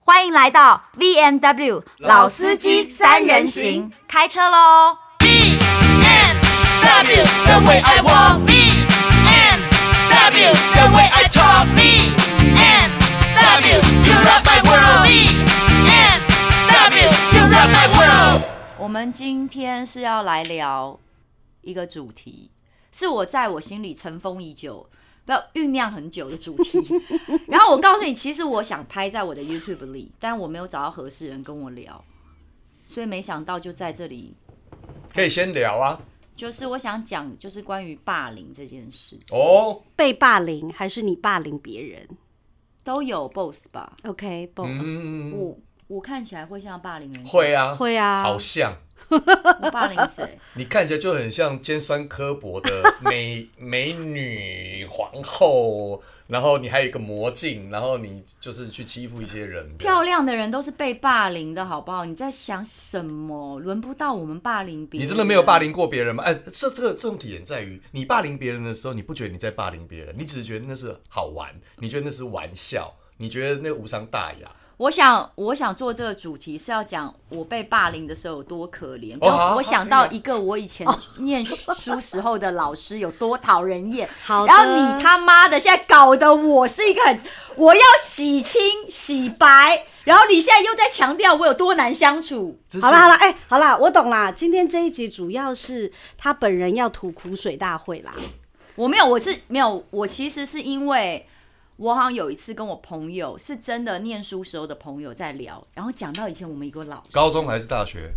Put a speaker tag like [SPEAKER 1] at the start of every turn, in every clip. [SPEAKER 1] 欢迎来到 V N W 老司机三人行，开车喽！
[SPEAKER 2] B and W the way I walk. B and W the way I talk. B and W you rock my world. B and W you rock my world.
[SPEAKER 1] 我们今天是要来聊一个主题，是我在我心里尘封已久、不要酝酿很久的主 题。然后我告诉你，其实我想拍在我的 YouTube 里，但我没有找到合适人跟我聊，所以没想到就在这里，
[SPEAKER 3] 可以先聊啊。
[SPEAKER 1] 就是我想讲，就是关于霸凌这件事情，
[SPEAKER 3] 哦，
[SPEAKER 4] 被霸凌还是你霸凌别人
[SPEAKER 1] 都有 both 吧。
[SPEAKER 4] ？OK，不、
[SPEAKER 3] 嗯，
[SPEAKER 1] 我我看起来会像霸凌人，
[SPEAKER 3] 会啊，
[SPEAKER 4] 会啊
[SPEAKER 3] 好像
[SPEAKER 1] 我霸凌谁？
[SPEAKER 3] 你看起来就很像尖酸刻薄的美 美女皇后，然后你还有一个魔镜，然后你就是去欺负一些人。
[SPEAKER 1] 漂亮的人都是被霸凌的，好不好？你在想什么？轮不到我们霸凌别
[SPEAKER 3] 你
[SPEAKER 1] 人。
[SPEAKER 3] 真的没有霸凌过别人吗？哎，这这个重点在于，你霸凌别人的时候，你不觉得你在霸凌别人，你只是觉得那是好玩，你觉得那是玩笑，你觉得那无伤大雅。
[SPEAKER 1] 我想，我想做这个主题是要讲我被霸凌的时候有多可怜。
[SPEAKER 3] 哦好
[SPEAKER 1] 我想到一个我以前
[SPEAKER 3] 哦
[SPEAKER 1] 念书时候的老师有多讨人 厌。然后你他妈的现在搞得我是一个很，我要洗清洗白，然后你现在又在强调我有多难相处。
[SPEAKER 3] 这
[SPEAKER 4] 好
[SPEAKER 3] 就是
[SPEAKER 4] 啦好啦，哎、好啦，我懂啦。今天这一集主要是他本人要吐苦水大会啦。
[SPEAKER 1] 我没有，我是没有，我其实是因为我好像有一次跟我朋友是真的念书时候的朋友在聊，然后讲到以前我们一个老师，
[SPEAKER 3] 高中还是大学？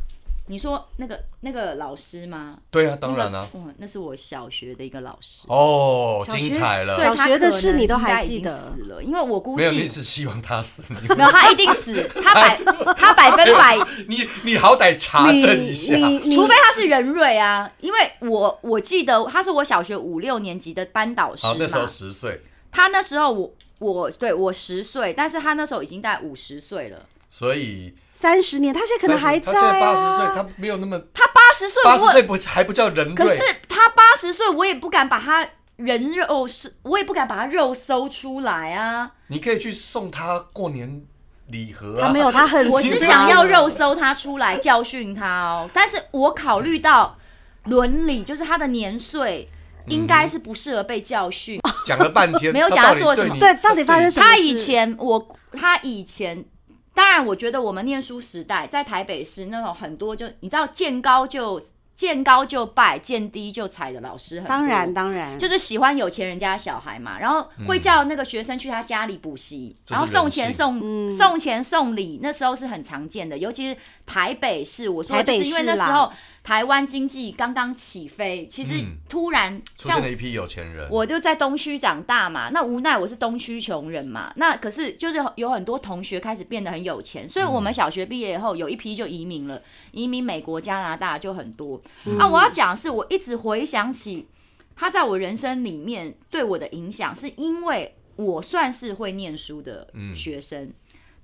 [SPEAKER 1] 你说那个那个老师吗？
[SPEAKER 3] 对啊，当然啊。
[SPEAKER 1] 那个嗯，那是我小学的一个老师。
[SPEAKER 3] 哦，
[SPEAKER 4] 小学
[SPEAKER 3] 精彩了
[SPEAKER 1] 所。以他
[SPEAKER 4] 小学的事
[SPEAKER 1] 可能
[SPEAKER 4] 你都还
[SPEAKER 1] 应该已经
[SPEAKER 4] 记得
[SPEAKER 1] 死了，因为我估
[SPEAKER 3] 没有，你
[SPEAKER 1] 计
[SPEAKER 3] 是希望他死，你
[SPEAKER 1] 没有他一定死，他 百他百分百，
[SPEAKER 3] 你你好歹查
[SPEAKER 4] 你
[SPEAKER 3] 证一下，
[SPEAKER 4] 你你，
[SPEAKER 1] 除非他是任瑞啊，因为我我记得他是我小学五六年级的班导师嘛
[SPEAKER 3] 好，，那时候十岁，
[SPEAKER 1] 他那时候我我对我十岁，但是他那时候已经在五十岁了。
[SPEAKER 3] 所以
[SPEAKER 4] 三十年，他现在可能还
[SPEAKER 3] 他现在八十
[SPEAKER 4] 啊。
[SPEAKER 3] 岁，他没有那么
[SPEAKER 1] 他八十岁，
[SPEAKER 3] 八十岁
[SPEAKER 1] 我
[SPEAKER 3] 不还不叫人
[SPEAKER 1] 可是
[SPEAKER 3] 类，
[SPEAKER 1] 他八十岁，我也不敢把他人肉是，我也不敢把他肉搜出来啊。
[SPEAKER 3] 你可以去送他过年礼盒啊。
[SPEAKER 4] 他没有，他很
[SPEAKER 1] 我是
[SPEAKER 4] 死
[SPEAKER 1] 想
[SPEAKER 4] 啊
[SPEAKER 1] 要肉搜他出来，教训他哦。但是我考虑到伦理，就是他的年
[SPEAKER 3] 嗯
[SPEAKER 1] 岁，应该是不适合被教训。
[SPEAKER 3] 讲了半天，
[SPEAKER 1] 没有
[SPEAKER 3] 他
[SPEAKER 1] 讲他
[SPEAKER 3] 到底
[SPEAKER 1] 做什
[SPEAKER 3] 对
[SPEAKER 1] 么
[SPEAKER 3] 你
[SPEAKER 4] 对到底发生什么
[SPEAKER 1] 他
[SPEAKER 4] 事
[SPEAKER 1] 以前我他以前，当然我觉得我们念书时代在台北市那种很多就你知道见高就见高就拜，见低就踩的老师很多
[SPEAKER 4] 当然当然，
[SPEAKER 1] 就是喜欢有钱人家的小孩嘛，然后会叫那个学生去他家里补习，
[SPEAKER 3] 嗯这
[SPEAKER 1] 然
[SPEAKER 3] 是
[SPEAKER 1] 后
[SPEAKER 3] 人性
[SPEAKER 1] 送钱送、
[SPEAKER 4] 嗯
[SPEAKER 1] 送钱送礼，那时候是很常见的，尤其是台北市。我说
[SPEAKER 4] 台
[SPEAKER 1] 的
[SPEAKER 4] 北
[SPEAKER 1] 就是因为
[SPEAKER 4] 市
[SPEAKER 1] 那时
[SPEAKER 4] 啦
[SPEAKER 1] 候台湾经济刚刚起飞，其实
[SPEAKER 3] 嗯
[SPEAKER 1] 突然
[SPEAKER 3] 出
[SPEAKER 1] 像
[SPEAKER 3] 现了一批有钱人，
[SPEAKER 1] 我就在东区长大嘛，那无奈我是东区穷人嘛，那可是就是有很多同学开始变得很有钱，所以
[SPEAKER 3] 嗯
[SPEAKER 1] 我们小学毕业以后有一批就移民了，移民美国、加拿大就很多。
[SPEAKER 3] 嗯
[SPEAKER 1] 啊，我要讲的是我一直回想起他在我人生里面对我的影响，是因为我算是会念书的
[SPEAKER 3] 嗯
[SPEAKER 1] 学生，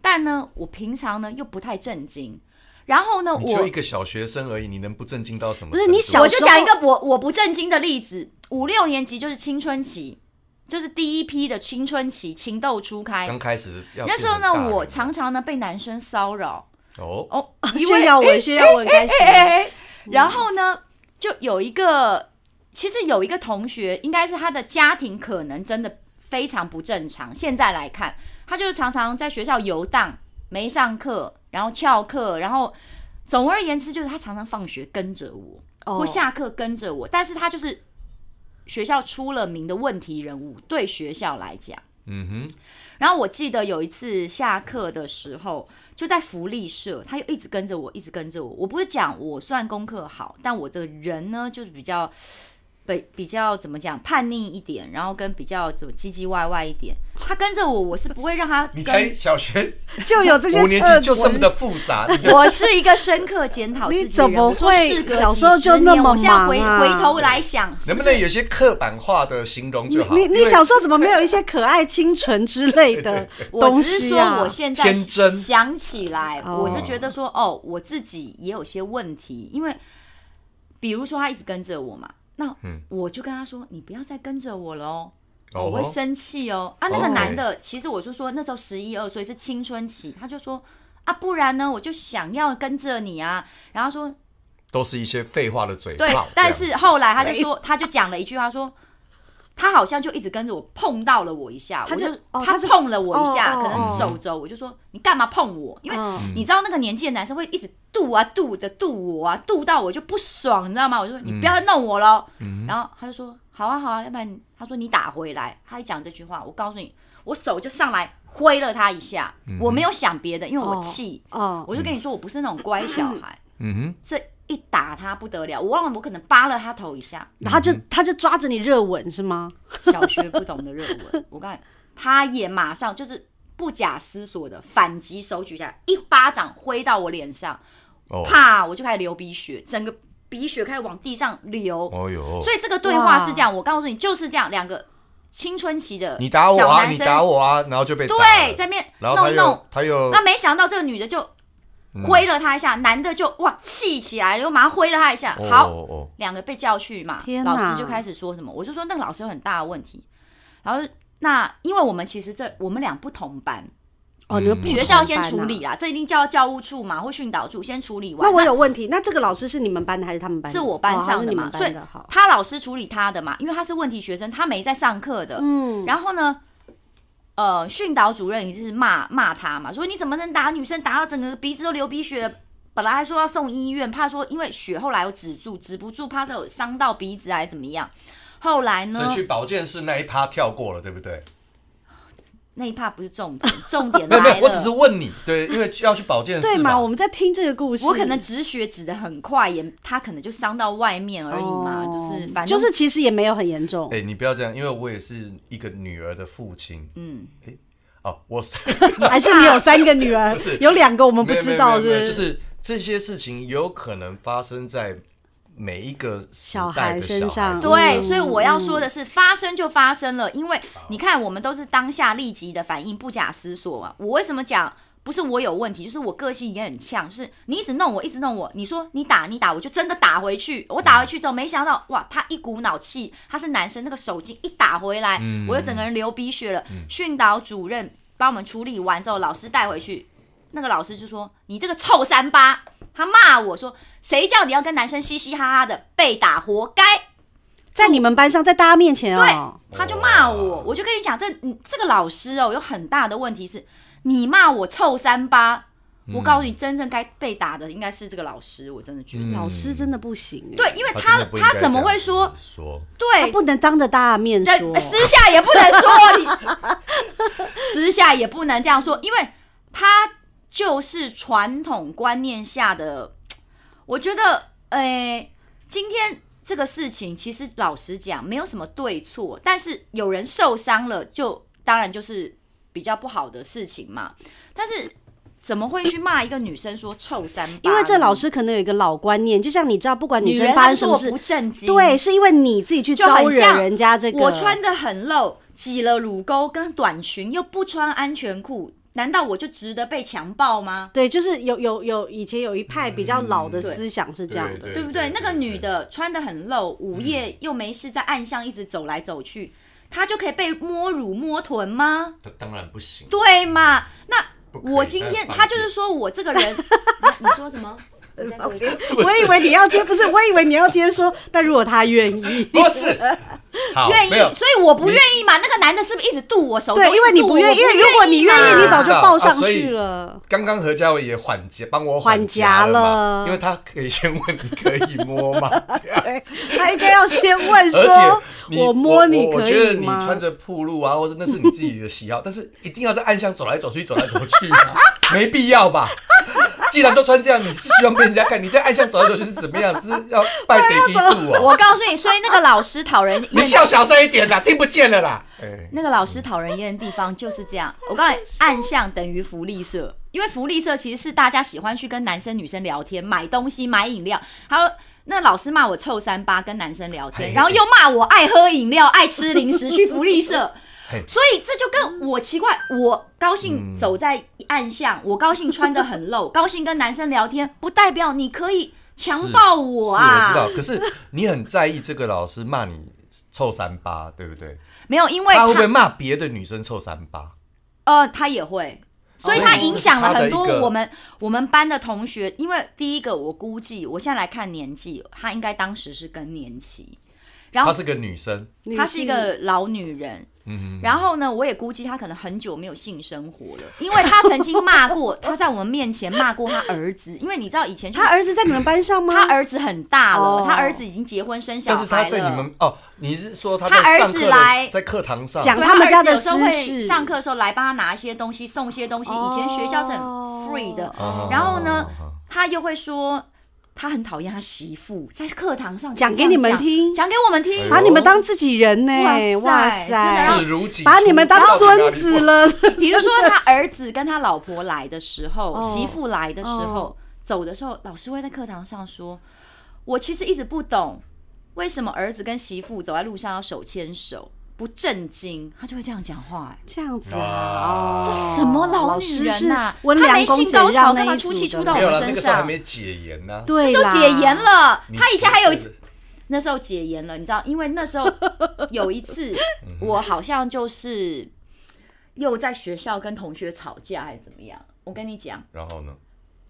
[SPEAKER 1] 但呢，我平常呢又不太正经，然后呢，
[SPEAKER 3] 你就
[SPEAKER 1] 我
[SPEAKER 3] 一个小学生而已，你能不震惊到什么
[SPEAKER 4] 不
[SPEAKER 3] 程
[SPEAKER 4] 是
[SPEAKER 3] 度？
[SPEAKER 4] 你小
[SPEAKER 1] 我就
[SPEAKER 4] 时候
[SPEAKER 1] 讲一个我我不正经的例子，五六年级就是青春期，就是第一批的青春期情窦初开。
[SPEAKER 3] 刚开始要
[SPEAKER 1] 那时候
[SPEAKER 3] 变成大
[SPEAKER 1] 呢，
[SPEAKER 3] 人
[SPEAKER 1] 我常常呢被男生骚扰
[SPEAKER 3] 哦，
[SPEAKER 1] 哦，因
[SPEAKER 4] 炫
[SPEAKER 1] 为哎
[SPEAKER 4] 耀文炫耀文 开始，
[SPEAKER 1] 然后呢，就有一个，其实有一个同学，应该是他的家庭可能真的非常不正常。现在来看，他就是常常在学校游荡，没上课，然后翘课，然后总而言之，就是他常常放学跟着我，
[SPEAKER 4] 哦
[SPEAKER 1] 或下课跟着我，但是他就是学校出了名的问题人物，对学校来讲。
[SPEAKER 3] 嗯
[SPEAKER 1] 然后我记得有一次下课的时候，就在福利社，他又一直跟着我，一直跟着我。我不是讲我算功课好，但我这个人呢，就是比较比比较怎么讲叛逆一点，然后跟比较怎么唧唧歪歪一点。他跟着我，我是不会让他
[SPEAKER 3] 哼，你
[SPEAKER 1] 跟。
[SPEAKER 3] 才小学
[SPEAKER 1] 哎
[SPEAKER 4] 就有这些
[SPEAKER 3] 五年级
[SPEAKER 4] 特
[SPEAKER 3] 就这么
[SPEAKER 4] 质
[SPEAKER 3] 的复杂，你
[SPEAKER 1] 我是一个深刻检讨自己的人
[SPEAKER 4] 你怎么
[SPEAKER 1] 我说
[SPEAKER 4] 会
[SPEAKER 1] 事隔
[SPEAKER 4] 小
[SPEAKER 1] 几
[SPEAKER 4] 时候
[SPEAKER 1] 十
[SPEAKER 4] 就那
[SPEAKER 1] 年
[SPEAKER 4] 么
[SPEAKER 1] 我现在
[SPEAKER 4] 忙
[SPEAKER 1] 回
[SPEAKER 4] 啊
[SPEAKER 1] 回头来想，是
[SPEAKER 3] 能不
[SPEAKER 1] 是
[SPEAKER 3] 能有些刻板化的形容就好？
[SPEAKER 4] 你你小时候怎么没有一些可爱、清纯之类的
[SPEAKER 1] 我
[SPEAKER 4] 东
[SPEAKER 1] 只是
[SPEAKER 4] 西
[SPEAKER 1] 说，
[SPEAKER 4] 啊？
[SPEAKER 1] 我现在
[SPEAKER 3] 天真
[SPEAKER 1] 想起来，
[SPEAKER 4] 哦
[SPEAKER 1] 我是觉得说，哦，我自己也有些问题，因为比如说他一直跟着我嘛，那我就跟他说，你不要再跟着我了哦。
[SPEAKER 3] 嗯哦
[SPEAKER 1] 我会生气哦。啊，那个
[SPEAKER 3] 哦
[SPEAKER 1] 男的，其实我就说那时候十一二岁是青春期，他就说啊，不然呢，我就想要跟着你啊。然后说
[SPEAKER 3] 都是一些废话的嘴炮。
[SPEAKER 1] 对
[SPEAKER 3] 这样，
[SPEAKER 1] 但是后来他就说，他就讲了一句话说。他好像就一直跟着我，碰到了我一下，
[SPEAKER 4] 他就
[SPEAKER 1] 我就、
[SPEAKER 4] 哦
[SPEAKER 1] 他
[SPEAKER 4] 他就
[SPEAKER 1] 碰了我一下，
[SPEAKER 4] 哦哦
[SPEAKER 1] 可能
[SPEAKER 4] 哦
[SPEAKER 1] 手肘，我就说你干嘛碰我？因为
[SPEAKER 4] 嗯，
[SPEAKER 1] 你知道那个年纪的男生会一直度啊度的度我啊，度到我就不爽，你知道吗？我就说你不
[SPEAKER 3] 嗯
[SPEAKER 1] 要再弄我喽。然后他就说好啊好啊，要不然你他说你打回来。他一讲这句话，我告诉你，我手就上来挥了他一下，
[SPEAKER 3] 嗯
[SPEAKER 1] 我没有想别的，因为我
[SPEAKER 4] 哦
[SPEAKER 1] 气，
[SPEAKER 4] 哦，
[SPEAKER 1] 我就跟你说我不是那种乖小孩，
[SPEAKER 3] 嗯
[SPEAKER 1] 这一打他不得了，我忘了我可能扒了他头一下，
[SPEAKER 4] 然后他
[SPEAKER 3] 嗯
[SPEAKER 4] 就他就抓着你热吻是吗？
[SPEAKER 1] 小学不懂的热文，我告诉你，他也马上就是不假思索的反击，手举下来，一巴掌挥到我脸上，
[SPEAKER 3] 哦
[SPEAKER 1] 啪，我就开始流鼻血，整个鼻血开始往地上流。
[SPEAKER 3] 哼，哦哟，
[SPEAKER 1] 所以这个对话是这样，我告诉你就是这样，两个青春期的
[SPEAKER 3] 你打我
[SPEAKER 1] 小
[SPEAKER 3] 啊，
[SPEAKER 1] 男
[SPEAKER 3] 你
[SPEAKER 1] 生，
[SPEAKER 3] 打我啊，然后就被打了
[SPEAKER 1] 对，在面
[SPEAKER 3] 然后他
[SPEAKER 1] 弄弄
[SPEAKER 3] 又，他又
[SPEAKER 1] 那没想到这个女的就挥了他一下，男的就哇气起来了，又马上挥了他一下，
[SPEAKER 3] 哦
[SPEAKER 1] 好，
[SPEAKER 3] 哦哦
[SPEAKER 1] 两个被叫去嘛
[SPEAKER 4] 天，
[SPEAKER 1] 老
[SPEAKER 4] 哪
[SPEAKER 1] 师就开始说什么，我就说那个老师有很大的问题。然后那因为我们其实这我们俩不同班，
[SPEAKER 4] 哦，你们不
[SPEAKER 3] 嗯
[SPEAKER 4] 同
[SPEAKER 1] 学校先处
[SPEAKER 4] 班啊
[SPEAKER 1] 理啦，这一定叫教务处嘛或训导处先处理完。
[SPEAKER 4] 那我有问题，那这个老师是你们班的还是他们班的？
[SPEAKER 1] 是我班
[SPEAKER 4] 哦
[SPEAKER 1] 上
[SPEAKER 4] 是
[SPEAKER 1] 的
[SPEAKER 4] 你
[SPEAKER 1] 嘛，
[SPEAKER 4] 们
[SPEAKER 1] 所
[SPEAKER 4] 班
[SPEAKER 1] 以
[SPEAKER 4] 的好。
[SPEAKER 1] 他老师处理他的嘛，因为他是问题学生，他没在上课的。
[SPEAKER 4] 嗯，
[SPEAKER 1] 然后呢，呃，训导主任也是骂骂他嘛，说你怎么能打女生，打到整个鼻子都流鼻血了。本来还说要送医院，怕说因为血后来有止住，止不住，怕是有伤到鼻子还是怎么样。后来呢
[SPEAKER 3] 所以，去保健室那一趴跳过了，对不对？
[SPEAKER 1] 那一趴不是重 点，重点
[SPEAKER 3] 没
[SPEAKER 1] 来
[SPEAKER 3] 有没有，
[SPEAKER 1] 了。
[SPEAKER 3] 我只是问你，对，因为要去保健室啊
[SPEAKER 4] 对嘛，
[SPEAKER 3] 嘛，
[SPEAKER 4] 我们在听这个故事，
[SPEAKER 1] 我可能止血止的很快，也他可能就伤到外面而已嘛，就是反正
[SPEAKER 4] 哦就是其实也没有很严重
[SPEAKER 3] 哎、，你不要这样，因为我也是一个女儿的父亲。嗯，哎、哦，我是
[SPEAKER 4] 还
[SPEAKER 1] 啊
[SPEAKER 4] 是你有三个女儿
[SPEAKER 3] 是，
[SPEAKER 4] 有两个我们不
[SPEAKER 3] 没有
[SPEAKER 4] 知道，
[SPEAKER 3] 没有没有没有
[SPEAKER 4] 是
[SPEAKER 3] 就
[SPEAKER 4] 不是？
[SPEAKER 3] 是这些事情有可能发生在每一个时
[SPEAKER 4] 小
[SPEAKER 3] 代
[SPEAKER 4] 孩
[SPEAKER 3] 的
[SPEAKER 4] 身
[SPEAKER 3] 小
[SPEAKER 4] 上
[SPEAKER 3] 孩身
[SPEAKER 1] 对，
[SPEAKER 4] 嗯
[SPEAKER 1] 所以我要说的是，发生就发生了，因为你看，我们都是当下立即的反应，不假思索啊。我为什么讲不是我有问题，就是我个性也很呛，就是你一直弄我，一直弄我，你说你打你打，我就真的打回去。我打回去之后，没想到哇，他一股脑气，他是男生，那个手劲一打回来，我就整个人流鼻血了。训导主任帮我们处理完之后，老师带回去，那个老师就说：“你这个臭三八！”他骂我说：“谁叫你要跟男生嘻嘻哈哈的，被打活该！”
[SPEAKER 4] 在你们班上，在大家面前哦，
[SPEAKER 1] 他就骂
[SPEAKER 3] 哇
[SPEAKER 1] 我，我就跟你讲，这你这个老师哦，有很大的问题是，你骂我臭三八，
[SPEAKER 3] 嗯
[SPEAKER 1] 我告诉你，真正该被打的应该是这个老师，我真的觉得，
[SPEAKER 3] 嗯
[SPEAKER 4] 老师真的不行哎，
[SPEAKER 1] 对，因为
[SPEAKER 3] 他
[SPEAKER 1] 他
[SPEAKER 3] 真的不应该
[SPEAKER 1] 他怎么
[SPEAKER 3] 这样
[SPEAKER 1] 会说
[SPEAKER 3] 子说？
[SPEAKER 4] 他
[SPEAKER 1] 对？
[SPEAKER 4] 不能当着大家面
[SPEAKER 1] 在
[SPEAKER 4] 说，
[SPEAKER 1] 呃私下也不能说你， 私下也不能这样说，因为他就是传统观念下的。我觉得，诶、今天这个事情其实老实讲没有什么对错，但是有人受伤了就，当然就是比较不好的事情嘛。但是怎么会去骂一个女生说臭三八呢？
[SPEAKER 4] 因为这老师可能有一个老观念，就像你知道，不管
[SPEAKER 1] 女
[SPEAKER 4] 女生
[SPEAKER 1] 人
[SPEAKER 4] 发
[SPEAKER 1] 她
[SPEAKER 4] 生什么
[SPEAKER 1] 做
[SPEAKER 4] 事
[SPEAKER 1] 不，正经，
[SPEAKER 4] 对，是因为你自己去
[SPEAKER 1] 就很
[SPEAKER 4] 招惹
[SPEAKER 1] 像
[SPEAKER 4] 人家这个。
[SPEAKER 1] 我穿的很露，挤了乳沟跟短裙，又不穿安全裤，难道我就值得被强暴吗？
[SPEAKER 4] 对，就是有有有以前有一派比较老的思想是这样的，
[SPEAKER 3] 对
[SPEAKER 1] 嗯对不对？那个女的穿的很露，午夜又没事，在暗巷一直走来走去，她就可以被摸乳摸臀吗？
[SPEAKER 3] 他当然不行。
[SPEAKER 1] 对嘛？那
[SPEAKER 3] 不可以
[SPEAKER 1] 我今天
[SPEAKER 3] 但
[SPEAKER 1] 她就是说我这个 人，啊你说什么？你再说一次
[SPEAKER 4] 我以为你要接，不是，我以为你要接说，但如果他 愿意，
[SPEAKER 3] 不是，好，
[SPEAKER 1] 愿
[SPEAKER 3] 没有
[SPEAKER 1] 意，所以我不愿意嘛。那个男的是不是一直度我手肘？
[SPEAKER 4] 对，因为你
[SPEAKER 1] 一直
[SPEAKER 4] 不
[SPEAKER 1] 度我
[SPEAKER 4] 愿意，因为如果你愿
[SPEAKER 1] 嘛
[SPEAKER 4] 意，你早就报
[SPEAKER 3] 啊
[SPEAKER 4] 上
[SPEAKER 3] 所以
[SPEAKER 4] 去了。
[SPEAKER 3] 刚刚何家伟也缓夹，帮我
[SPEAKER 4] 缓
[SPEAKER 3] 夹
[SPEAKER 4] 夹
[SPEAKER 3] 嘛
[SPEAKER 4] 了
[SPEAKER 3] 因为他可以先问你可以摸吗？这样。
[SPEAKER 4] 对， 他应该要先问
[SPEAKER 3] 而
[SPEAKER 4] 说
[SPEAKER 3] 且你，
[SPEAKER 4] 摸你
[SPEAKER 3] 我
[SPEAKER 4] 可
[SPEAKER 3] 觉得
[SPEAKER 4] 以
[SPEAKER 3] 你
[SPEAKER 4] 吗？
[SPEAKER 3] 穿着铺路啊，或者那是你自己的喜好，但 是一定要在暗巷走来走去，走来走去吗？没必要吧。既然都穿这样，你是希望被人家看你在暗巷走来走去是怎么样？是要拜给地主哦。
[SPEAKER 1] 我告诉你，所以那个老师讨人
[SPEAKER 3] 你
[SPEAKER 1] 厌。
[SPEAKER 3] 笑小声一点啦，听不见了啦。哎，
[SPEAKER 1] 那个老师讨人厌的地方就是这样。我告诉你，暗巷等于福利社，因为福利社其实是大家喜欢去跟男生女生聊天、买东西、买饮料。还有那老师骂我臭三八，跟男生聊天，
[SPEAKER 3] 嘿
[SPEAKER 1] 然后又骂我爱喝饮料、爱吃零食，去福利社
[SPEAKER 3] 嘿。
[SPEAKER 1] 所以这就跟我奇怪，我高兴走在暗巷，我高兴穿的很 露，高兴跟男生聊天，不代表你可以强暴我啊！
[SPEAKER 3] 是我知道，可是你很在意这个老师骂你臭三八，对不对？
[SPEAKER 1] 没有，因为
[SPEAKER 3] 他会不会
[SPEAKER 1] 他
[SPEAKER 3] 骂别的女生臭三八？
[SPEAKER 1] 呃，他也会。
[SPEAKER 4] 哦
[SPEAKER 1] 所以
[SPEAKER 3] 所以
[SPEAKER 1] 他
[SPEAKER 3] 这是
[SPEAKER 1] 影响了
[SPEAKER 3] 他的
[SPEAKER 1] 很
[SPEAKER 3] 一
[SPEAKER 1] 多
[SPEAKER 3] 个
[SPEAKER 1] 我们我们班的同学，因为第一个我估计，我现在来看年纪，她应该当时是更年期，然后
[SPEAKER 3] 她是个女生，
[SPEAKER 4] 女
[SPEAKER 1] 她是一
[SPEAKER 4] 性
[SPEAKER 1] 个老女人，
[SPEAKER 3] 嗯，
[SPEAKER 1] 然后呢，我也估计她可能很久没有性生活了，因为她曾经骂过，她在我们面前骂过她儿子，因为你知道以前就是
[SPEAKER 4] 他儿子在你们班上吗？
[SPEAKER 1] 她儿子很大了，
[SPEAKER 4] 哦
[SPEAKER 1] 她儿子已经结婚生小
[SPEAKER 3] 但
[SPEAKER 1] 孩
[SPEAKER 3] 是
[SPEAKER 1] 了，
[SPEAKER 3] 她在你们哦，你是说她
[SPEAKER 1] 她
[SPEAKER 3] 在
[SPEAKER 1] 儿
[SPEAKER 3] 上
[SPEAKER 1] 子
[SPEAKER 3] 课
[SPEAKER 1] 来
[SPEAKER 3] 的在课堂上
[SPEAKER 4] 讲
[SPEAKER 1] 对
[SPEAKER 4] 他们家的
[SPEAKER 1] 儿子有时候
[SPEAKER 4] 私
[SPEAKER 1] 会
[SPEAKER 4] 事
[SPEAKER 1] 上课的时候来帮他拿一些东西，送一些东西。以前学校是很
[SPEAKER 4] 哦
[SPEAKER 1] free 的，
[SPEAKER 3] 哦
[SPEAKER 1] 然后呢
[SPEAKER 3] 哦哦哦，
[SPEAKER 1] 他又会说他很讨厌他媳妇，在课堂上
[SPEAKER 4] 讲
[SPEAKER 1] 这
[SPEAKER 4] 给
[SPEAKER 1] 样
[SPEAKER 4] 你们听，
[SPEAKER 1] 讲给我们听。
[SPEAKER 3] 哎
[SPEAKER 4] 把
[SPEAKER 3] 呦
[SPEAKER 4] 你们当自己人呢、
[SPEAKER 1] 哇
[SPEAKER 4] 哇
[SPEAKER 1] 塞
[SPEAKER 4] 塞，
[SPEAKER 1] 真的
[SPEAKER 3] 视如己出，
[SPEAKER 4] 把你们当孙子了。
[SPEAKER 1] 比如说
[SPEAKER 4] 真的是
[SPEAKER 1] 他儿子跟他老婆来的时候，
[SPEAKER 4] 哦
[SPEAKER 1] 媳妇来的时候
[SPEAKER 4] 哦，
[SPEAKER 1] 走的时候，老师会在课堂上说：“我其实一直不懂为什么儿子跟媳妇走在路上要手牵手，不正经。”他就会这样讲话、哎。
[SPEAKER 4] 这样子
[SPEAKER 3] 啊
[SPEAKER 4] 啊，哦
[SPEAKER 1] 这什么老女
[SPEAKER 4] 师
[SPEAKER 1] 人
[SPEAKER 4] 是
[SPEAKER 1] 呐、
[SPEAKER 4] 温
[SPEAKER 1] 她
[SPEAKER 4] 良
[SPEAKER 1] 没
[SPEAKER 4] 恭
[SPEAKER 1] 性
[SPEAKER 4] 俭
[SPEAKER 1] 高潮，
[SPEAKER 4] 让那
[SPEAKER 1] 干嘛
[SPEAKER 4] 一
[SPEAKER 1] 出
[SPEAKER 4] 组
[SPEAKER 1] 气出
[SPEAKER 4] 的
[SPEAKER 1] 到我
[SPEAKER 3] 没有
[SPEAKER 1] 们
[SPEAKER 3] 了，
[SPEAKER 1] 身
[SPEAKER 3] 那个时候还
[SPEAKER 1] 上？
[SPEAKER 3] 没解严呢。
[SPEAKER 4] 对
[SPEAKER 1] 就
[SPEAKER 4] 啦，
[SPEAKER 1] 解严了。
[SPEAKER 3] 你
[SPEAKER 1] 他以前还有一
[SPEAKER 3] 是
[SPEAKER 1] 次，那时候解严了，你知道，因为那时候 有一次，我好像就是又在学校跟同学吵架还是怎么样。我跟你讲，
[SPEAKER 3] 然后呢？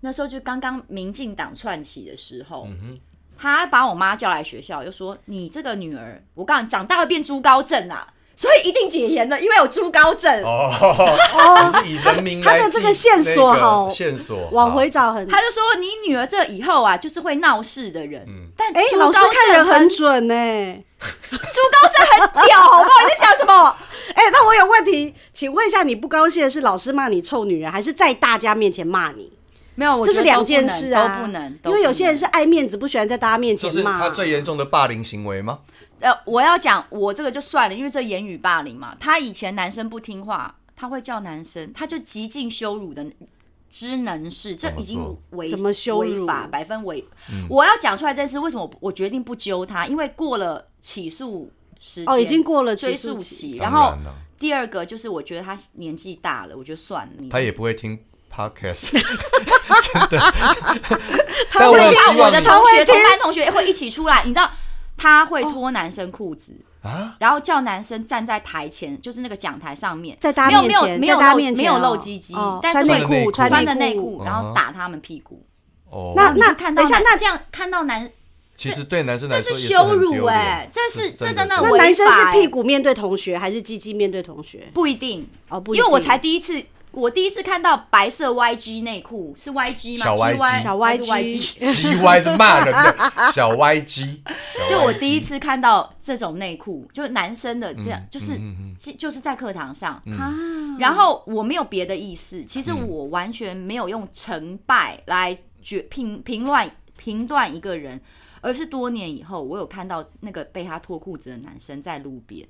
[SPEAKER 1] 那时候就刚刚民进党串起的时候，
[SPEAKER 3] 嗯
[SPEAKER 1] 他把我妈叫来学校，又说你这个女儿，我告诉你，长大会变猪高症啊，所以一定解严了，因为有猪高症。
[SPEAKER 3] 哼，哦，你是以人民来
[SPEAKER 4] 他的这
[SPEAKER 3] 记
[SPEAKER 4] 个线索
[SPEAKER 3] 那个
[SPEAKER 4] 好
[SPEAKER 3] 线索
[SPEAKER 4] 往
[SPEAKER 3] 好
[SPEAKER 4] 回找很。
[SPEAKER 1] 他就说你女儿这以后啊，就是会闹事的人。但
[SPEAKER 4] 哎、
[SPEAKER 1] 猪
[SPEAKER 4] 老师
[SPEAKER 1] 高
[SPEAKER 4] 看
[SPEAKER 1] 症
[SPEAKER 4] 人很
[SPEAKER 1] 很
[SPEAKER 4] 准呢、
[SPEAKER 1] 猪高症很屌，好不好？你在讲什么？
[SPEAKER 4] 哎、那我有问题，请问一下，你不高兴的是老师骂你臭女人，还是在大家面前骂你？
[SPEAKER 1] 没有，我
[SPEAKER 4] 这
[SPEAKER 1] 觉
[SPEAKER 4] 是
[SPEAKER 1] 得
[SPEAKER 4] 两
[SPEAKER 1] 都不
[SPEAKER 4] 件
[SPEAKER 1] 能
[SPEAKER 4] 事啊，
[SPEAKER 1] 都不能，都
[SPEAKER 4] 因为有些人
[SPEAKER 1] 不
[SPEAKER 4] 是爱面子，不喜欢在大家面
[SPEAKER 3] 就
[SPEAKER 4] 前
[SPEAKER 3] 是
[SPEAKER 4] 骂。
[SPEAKER 3] 他最严重的霸凌行为吗？
[SPEAKER 1] 能呃，我要讲我这个就算了，因为这言语霸凌嘛。他以前男生不听话，他会叫男生，他就极尽羞辱的知能事，这
[SPEAKER 3] 怎么嗯
[SPEAKER 1] 已经
[SPEAKER 3] 做
[SPEAKER 1] 违
[SPEAKER 4] 怎么羞
[SPEAKER 1] 违
[SPEAKER 4] 辱
[SPEAKER 1] 法百分违。我要讲出来这件事，为什么我我决定不揪他？因为过了起诉时
[SPEAKER 4] 哦，已
[SPEAKER 1] 间
[SPEAKER 4] 经过了
[SPEAKER 1] 追
[SPEAKER 4] 起
[SPEAKER 1] 诉
[SPEAKER 4] 诉
[SPEAKER 1] 期，
[SPEAKER 4] 期，
[SPEAKER 1] 然
[SPEAKER 3] 当
[SPEAKER 1] 后
[SPEAKER 3] 然了
[SPEAKER 1] 第二个就是我觉得他年纪大了，我就算了。
[SPEAKER 3] 他也不会听 podcast，
[SPEAKER 4] 他
[SPEAKER 3] 但我
[SPEAKER 4] 会
[SPEAKER 3] 也希
[SPEAKER 1] 我的
[SPEAKER 3] 望你
[SPEAKER 1] 同学、同班同学会一起出来，你知道他
[SPEAKER 4] 哦
[SPEAKER 1] 会脱男生裤子，
[SPEAKER 3] 啊，
[SPEAKER 1] 然后叫男生站在台前，就是那个讲台上面，
[SPEAKER 4] 在大
[SPEAKER 1] 没有
[SPEAKER 4] 家
[SPEAKER 1] 没有
[SPEAKER 4] 面前，
[SPEAKER 1] 没有
[SPEAKER 4] 在大家
[SPEAKER 1] 露
[SPEAKER 4] 面前
[SPEAKER 1] 没有
[SPEAKER 4] 哦
[SPEAKER 1] 露鸡鸡
[SPEAKER 4] 哦
[SPEAKER 1] 但
[SPEAKER 4] 穿
[SPEAKER 1] 是
[SPEAKER 4] 内
[SPEAKER 3] 会
[SPEAKER 4] 裤，
[SPEAKER 1] 穿的
[SPEAKER 4] 的
[SPEAKER 1] 内
[SPEAKER 4] 裤。
[SPEAKER 1] 裤，然后打他们屁股。
[SPEAKER 3] 哦，
[SPEAKER 4] 那那
[SPEAKER 1] 你就看到
[SPEAKER 4] 等一下
[SPEAKER 1] 那这样看到男，
[SPEAKER 3] 其实对男生来
[SPEAKER 1] 这
[SPEAKER 3] 说
[SPEAKER 1] 是
[SPEAKER 3] 也
[SPEAKER 1] 羞
[SPEAKER 3] 很
[SPEAKER 1] 辱
[SPEAKER 3] 丢
[SPEAKER 1] 哎
[SPEAKER 3] 脸
[SPEAKER 1] 这是这真的违
[SPEAKER 3] 真
[SPEAKER 4] 那
[SPEAKER 1] 法
[SPEAKER 4] 男生是
[SPEAKER 1] 欸
[SPEAKER 4] 屁股面对同学，还是鸡鸡面对同学？
[SPEAKER 1] 不一定，
[SPEAKER 4] 哦，不一
[SPEAKER 1] 因
[SPEAKER 4] 定，
[SPEAKER 1] 为我才第一次。我第一次看到白色 YG 内裤是 YG 吗？
[SPEAKER 3] 小
[SPEAKER 1] GY
[SPEAKER 3] YG
[SPEAKER 4] 小
[SPEAKER 1] 哎还是
[SPEAKER 4] YG
[SPEAKER 3] G Y 是骂人的小 Y G，
[SPEAKER 1] 就我第一次看到这种内裤，就是男生
[SPEAKER 3] 嗯
[SPEAKER 1] 的这样，就是、就就是在课堂上、啊。然后我没有别的意思，其
[SPEAKER 3] 嗯
[SPEAKER 1] 实我完全没有用成败来决评评论评断一个人，而是多年以后，我有看到那个被他脱裤子的男生在路边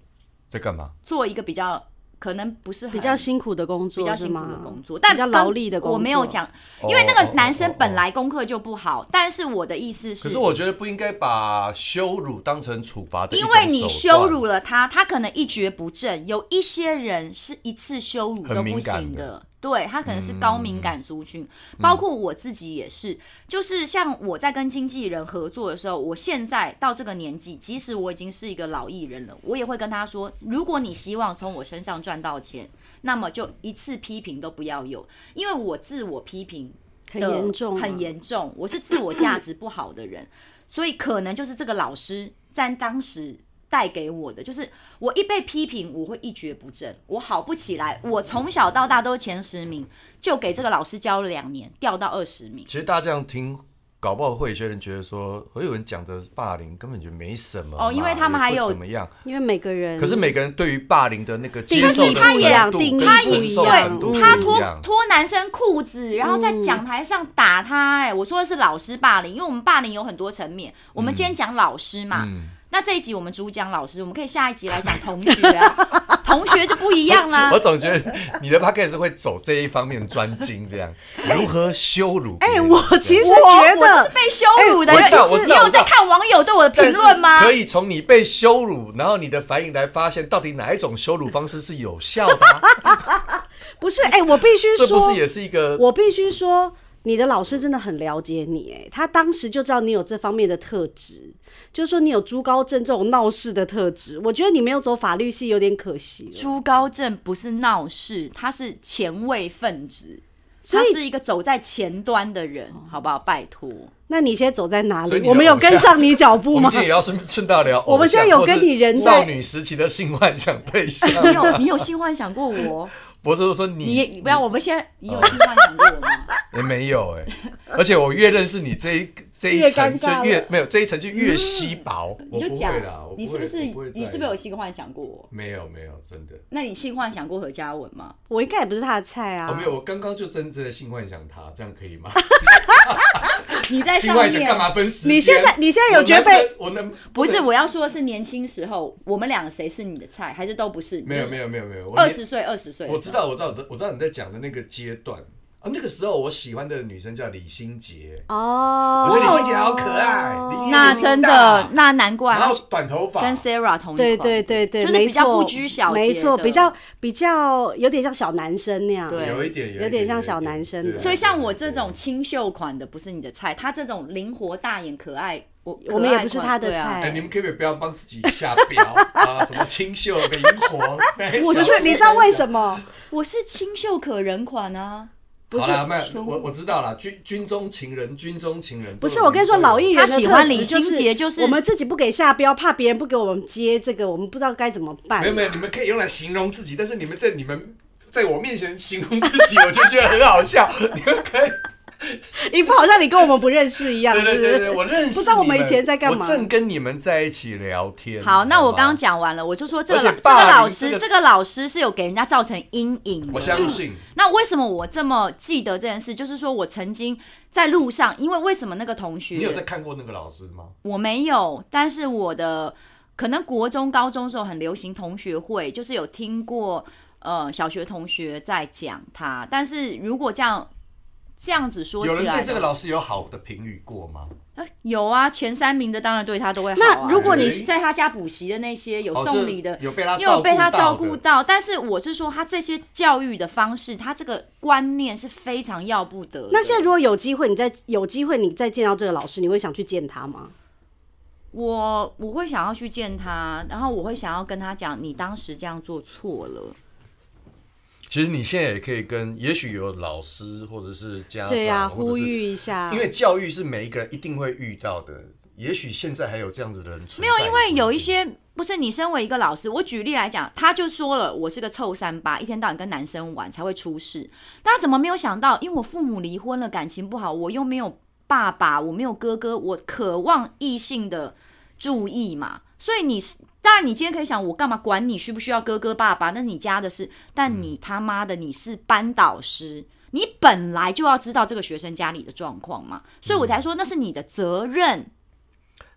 [SPEAKER 3] 在干嘛？
[SPEAKER 1] 做一个比较可能不是很
[SPEAKER 4] 比较辛苦的工作，
[SPEAKER 1] 比较
[SPEAKER 4] 是
[SPEAKER 1] 辛苦
[SPEAKER 4] 吗
[SPEAKER 1] 的工作，但
[SPEAKER 4] 比较
[SPEAKER 1] 跟
[SPEAKER 4] 劳力的工作。
[SPEAKER 1] 我没有讲，
[SPEAKER 3] 哦
[SPEAKER 1] 因为那个男生
[SPEAKER 3] 哦哦
[SPEAKER 1] 本来功课就不好，但是我的意思
[SPEAKER 3] 可是我觉得不应该把羞辱当成处罚的一
[SPEAKER 1] 因
[SPEAKER 3] 种
[SPEAKER 1] 为你
[SPEAKER 3] 手段
[SPEAKER 1] 羞辱了他，他可能一蹶不振。有一些人是一次羞辱都
[SPEAKER 3] 很
[SPEAKER 1] 不
[SPEAKER 3] 敏感
[SPEAKER 1] 行
[SPEAKER 3] 的嗯
[SPEAKER 1] 对他可能是高敏感族群，包括我自己也是。就是像我在跟经纪人合作的时候，我现在到这个年纪，即使我已经是一个老艺人了，我也会跟他说：如果你希望从我身上赚到钱，那么就一次批评都不要有，因为我自我批评
[SPEAKER 4] 很
[SPEAKER 1] 的
[SPEAKER 4] 严重啊，
[SPEAKER 1] 很严重。我是自我价值不好的人，所以可能就是这个老师在当时带给我的，就是我一被批评，我会一蹶不振，我好不起来。我从小到大都是前十名，就给这个老师教了两年，掉到二十名。
[SPEAKER 3] 其实大家这样听，搞不好会有些人觉得说，何有人讲的霸凌根本就没什么
[SPEAKER 1] 哦因为
[SPEAKER 3] 嘛
[SPEAKER 1] 他们
[SPEAKER 3] 也
[SPEAKER 1] 还
[SPEAKER 3] 不
[SPEAKER 1] 有
[SPEAKER 3] 怎么样。
[SPEAKER 4] 因为每个人
[SPEAKER 3] 可是每个人对于霸凌的那个接
[SPEAKER 4] 定
[SPEAKER 3] 受
[SPEAKER 4] 义
[SPEAKER 3] 的
[SPEAKER 1] 不一样
[SPEAKER 3] 程度
[SPEAKER 4] 定
[SPEAKER 3] 跟
[SPEAKER 4] 义不
[SPEAKER 3] 承
[SPEAKER 4] 一
[SPEAKER 3] 受
[SPEAKER 4] 样
[SPEAKER 3] 程度
[SPEAKER 4] 嗯
[SPEAKER 1] 嗯他
[SPEAKER 3] 不
[SPEAKER 1] 脱
[SPEAKER 3] 一样。
[SPEAKER 1] 脱男生裤子，然后在讲台上打他、哎、我说的是老师霸凌，因为我们霸凌有很多层面。我
[SPEAKER 3] 嗯
[SPEAKER 1] 们今天讲老师嘛，那这一集我们主讲老师，我们可以下一集来讲同学啊，同学就不一样啊啦、
[SPEAKER 3] 我总觉得你的 p o d c a s 会走这一方面专精，这样如何羞辱别
[SPEAKER 4] 哎、
[SPEAKER 3] 人？
[SPEAKER 4] 我其实
[SPEAKER 3] 实
[SPEAKER 4] 觉
[SPEAKER 1] 我就是
[SPEAKER 4] 得。
[SPEAKER 1] 被羞辱的
[SPEAKER 3] 哎我
[SPEAKER 1] 人。
[SPEAKER 3] 知道我
[SPEAKER 1] 你
[SPEAKER 3] 知道
[SPEAKER 1] 有
[SPEAKER 3] 我知
[SPEAKER 1] 在
[SPEAKER 3] 道
[SPEAKER 1] 看网友对我的评论吗？
[SPEAKER 3] 可以从你被羞辱，然后你的反应来发现到底哪一种羞辱方式是 有效的啊、
[SPEAKER 4] 不是，哎、我必须
[SPEAKER 3] 这
[SPEAKER 4] 说，
[SPEAKER 3] 不是也是一个
[SPEAKER 4] 我必须说，你的老师真的很了解你，哎，他当时就知道你有这方面的特质，就是说你有猪高症这种闹事的特质。我觉得你没有走法律系有点可惜了，
[SPEAKER 1] 朱高正不是闹事，他是前卫分子，
[SPEAKER 4] 所以
[SPEAKER 1] 他是一个走在前端的人，好不好？拜托，
[SPEAKER 4] 那你现在走在哪
[SPEAKER 3] 所以
[SPEAKER 4] 里？
[SPEAKER 3] 你的
[SPEAKER 4] 我们有跟上你脚步
[SPEAKER 3] 我
[SPEAKER 4] 吗
[SPEAKER 3] 们今？天也要顺顺道聊偶像。
[SPEAKER 4] 我们现在有跟你人
[SPEAKER 3] 或是
[SPEAKER 4] 在
[SPEAKER 3] 少女时期的性幻想对 象
[SPEAKER 1] 你有你有性幻想过我？
[SPEAKER 3] 不是说 你哦
[SPEAKER 1] 你不要，我们现在你有性幻想过我吗？
[SPEAKER 3] 也没有哎、而且我越认识你这一这一
[SPEAKER 4] 越
[SPEAKER 3] 层
[SPEAKER 4] 尴
[SPEAKER 3] 就
[SPEAKER 4] 尬了嗯
[SPEAKER 3] 越没有这一层就越稀薄。
[SPEAKER 1] 你
[SPEAKER 3] 我
[SPEAKER 1] 就
[SPEAKER 3] 不
[SPEAKER 1] 讲
[SPEAKER 3] 会啦，我，
[SPEAKER 1] 你是
[SPEAKER 3] 会
[SPEAKER 1] 不是
[SPEAKER 3] 我会在
[SPEAKER 1] 你
[SPEAKER 3] 意
[SPEAKER 1] 是不是有性幻想过我？
[SPEAKER 3] 没有没有真的，
[SPEAKER 1] 那你性幻想过何嘉文吗？
[SPEAKER 4] 我应该也不是他的菜
[SPEAKER 3] 我、
[SPEAKER 4] 啊
[SPEAKER 3] 哦没。有，我刚刚就真正的性幻想他，这样可以 吗？
[SPEAKER 1] 你在
[SPEAKER 3] 性
[SPEAKER 1] 上
[SPEAKER 3] 幻想干
[SPEAKER 1] 面
[SPEAKER 3] 嘛分时间？
[SPEAKER 4] 你现在你现在有觉得被
[SPEAKER 3] 我能我能
[SPEAKER 1] 不是？我要说的是年轻时候，我们两个谁是你的菜，还是都不是？
[SPEAKER 3] 没有没有没有没有，我
[SPEAKER 1] 二十岁二十岁，
[SPEAKER 3] 我知。道我知道我知道你在讲的那个阶段啊，那个时候我喜欢的女生叫李心洁，
[SPEAKER 4] 哦
[SPEAKER 3] 我觉得李心洁好可爱，李心洁
[SPEAKER 1] 那
[SPEAKER 3] 哦年纪
[SPEAKER 1] 真
[SPEAKER 3] 大
[SPEAKER 1] 的，那难怪
[SPEAKER 3] 然
[SPEAKER 1] 他
[SPEAKER 3] 后短头发，
[SPEAKER 1] 跟 Sarah 同一
[SPEAKER 4] 对
[SPEAKER 1] 款，
[SPEAKER 4] 对对对，
[SPEAKER 1] 就是比较
[SPEAKER 4] 没错
[SPEAKER 1] 不拘小节的，
[SPEAKER 4] 没错，比较比较有点像小男生那样。
[SPEAKER 1] 对
[SPEAKER 3] 有一点
[SPEAKER 4] 有点像小男生的
[SPEAKER 3] 对
[SPEAKER 1] 所以像我这种清秀款的不是你的菜，他这种灵活大眼可爱，我
[SPEAKER 4] 我们也
[SPEAKER 1] 可爱
[SPEAKER 4] 不是
[SPEAKER 1] 款
[SPEAKER 4] 他的
[SPEAKER 1] 对啊
[SPEAKER 4] 菜
[SPEAKER 3] 哎、你们可不可以不要帮自己下标啊？什么清秀、灵活？
[SPEAKER 4] 我就是你知道为什么？
[SPEAKER 1] 我是清秀可人款啊。
[SPEAKER 3] 么？好啦，没
[SPEAKER 1] 说
[SPEAKER 3] 有，我我知道了。军军中情人，军中情人。
[SPEAKER 4] 不是我跟你说，老艺人的
[SPEAKER 1] 他喜欢
[SPEAKER 4] 特质
[SPEAKER 1] 李
[SPEAKER 4] 就
[SPEAKER 1] 心洁就是
[SPEAKER 4] 我们自己不给下标，怕别人不给我们接这个，我们不知道该怎么办
[SPEAKER 3] 没有。没有，你们可以用来形容自己，但是你们在你们在我面前形容自己，我就觉得很好笑。你们可以，
[SPEAKER 4] 你不好像你跟我们不认识一样，
[SPEAKER 3] 对对
[SPEAKER 4] 是不
[SPEAKER 3] 对对，
[SPEAKER 4] 是？
[SPEAKER 3] 我认识你们。
[SPEAKER 4] 不知道我们以前在干嘛
[SPEAKER 3] 我正跟你们在一起聊天。
[SPEAKER 1] 好，那
[SPEAKER 3] 吗
[SPEAKER 1] 我刚刚，讲完了，我就说这个
[SPEAKER 3] 嗯而且
[SPEAKER 1] 老这
[SPEAKER 3] 霸
[SPEAKER 1] 个
[SPEAKER 3] 凌
[SPEAKER 1] 老
[SPEAKER 3] 这个
[SPEAKER 1] 师，这个老师是有给人家造成阴影的。嗯
[SPEAKER 3] 我相信。
[SPEAKER 1] 那为什么我这么记得这件事？就是说我曾经在路上，因为为什么那个同学
[SPEAKER 3] 你有在看过那个老师吗？
[SPEAKER 1] 我没有，但是我的可能国中、高中时候很流行同学会，就是有听过呃小学同学在讲他。但是如果这样这样子说
[SPEAKER 3] 有
[SPEAKER 1] 起
[SPEAKER 3] 人
[SPEAKER 1] 来
[SPEAKER 3] 对
[SPEAKER 1] 的
[SPEAKER 3] 这个老师有好的评语过吗？
[SPEAKER 1] 呃有啊，前三名的当然对他都会好、啊。
[SPEAKER 4] 那如果
[SPEAKER 3] 你
[SPEAKER 1] 是在他家补习的那些有
[SPEAKER 3] 哦
[SPEAKER 1] 送礼的
[SPEAKER 3] 这，有被他
[SPEAKER 1] 又有被他照
[SPEAKER 3] 到
[SPEAKER 1] 顾
[SPEAKER 3] 的
[SPEAKER 1] 到，但是我是说他这些教育的方式，他这个观念是非常要不得的。
[SPEAKER 4] 那现在如果有机会，你再有机会你再见到这个老师，你会想去见他吗？
[SPEAKER 1] 我我会想要去见他，然后我会想要跟他讲，你当时这样做错了。
[SPEAKER 3] 其实你现在也可以跟，也许有老师或者是家长，
[SPEAKER 4] 对
[SPEAKER 1] 啊
[SPEAKER 4] 呀、
[SPEAKER 3] 啊或者
[SPEAKER 4] 呼
[SPEAKER 3] 是，
[SPEAKER 4] 吁一下，
[SPEAKER 3] 因为教育是每一个人一定会遇到的。也许现在还有这样子的人存在，
[SPEAKER 1] 没有，因为有一
[SPEAKER 3] 也
[SPEAKER 1] 些不是你身为一个老师，我举例来讲，他就说了，我是个臭三八，一天到晚跟男生玩才会出事。大家怎么没有想到？因为我父母离婚了，感情不好，我又没有爸爸，我没有哥哥，我渴望异性的注意嘛。所以你是当然，你今天可以想，我干嘛管你需不需要哥哥爸爸？那你家的事，但
[SPEAKER 3] 嗯
[SPEAKER 1] 你他妈的你是班导师。你本来就要知道这个学生家里的状况嘛，所以我才
[SPEAKER 3] 嗯
[SPEAKER 1] 说那是你的责任，
[SPEAKER 3] 不一定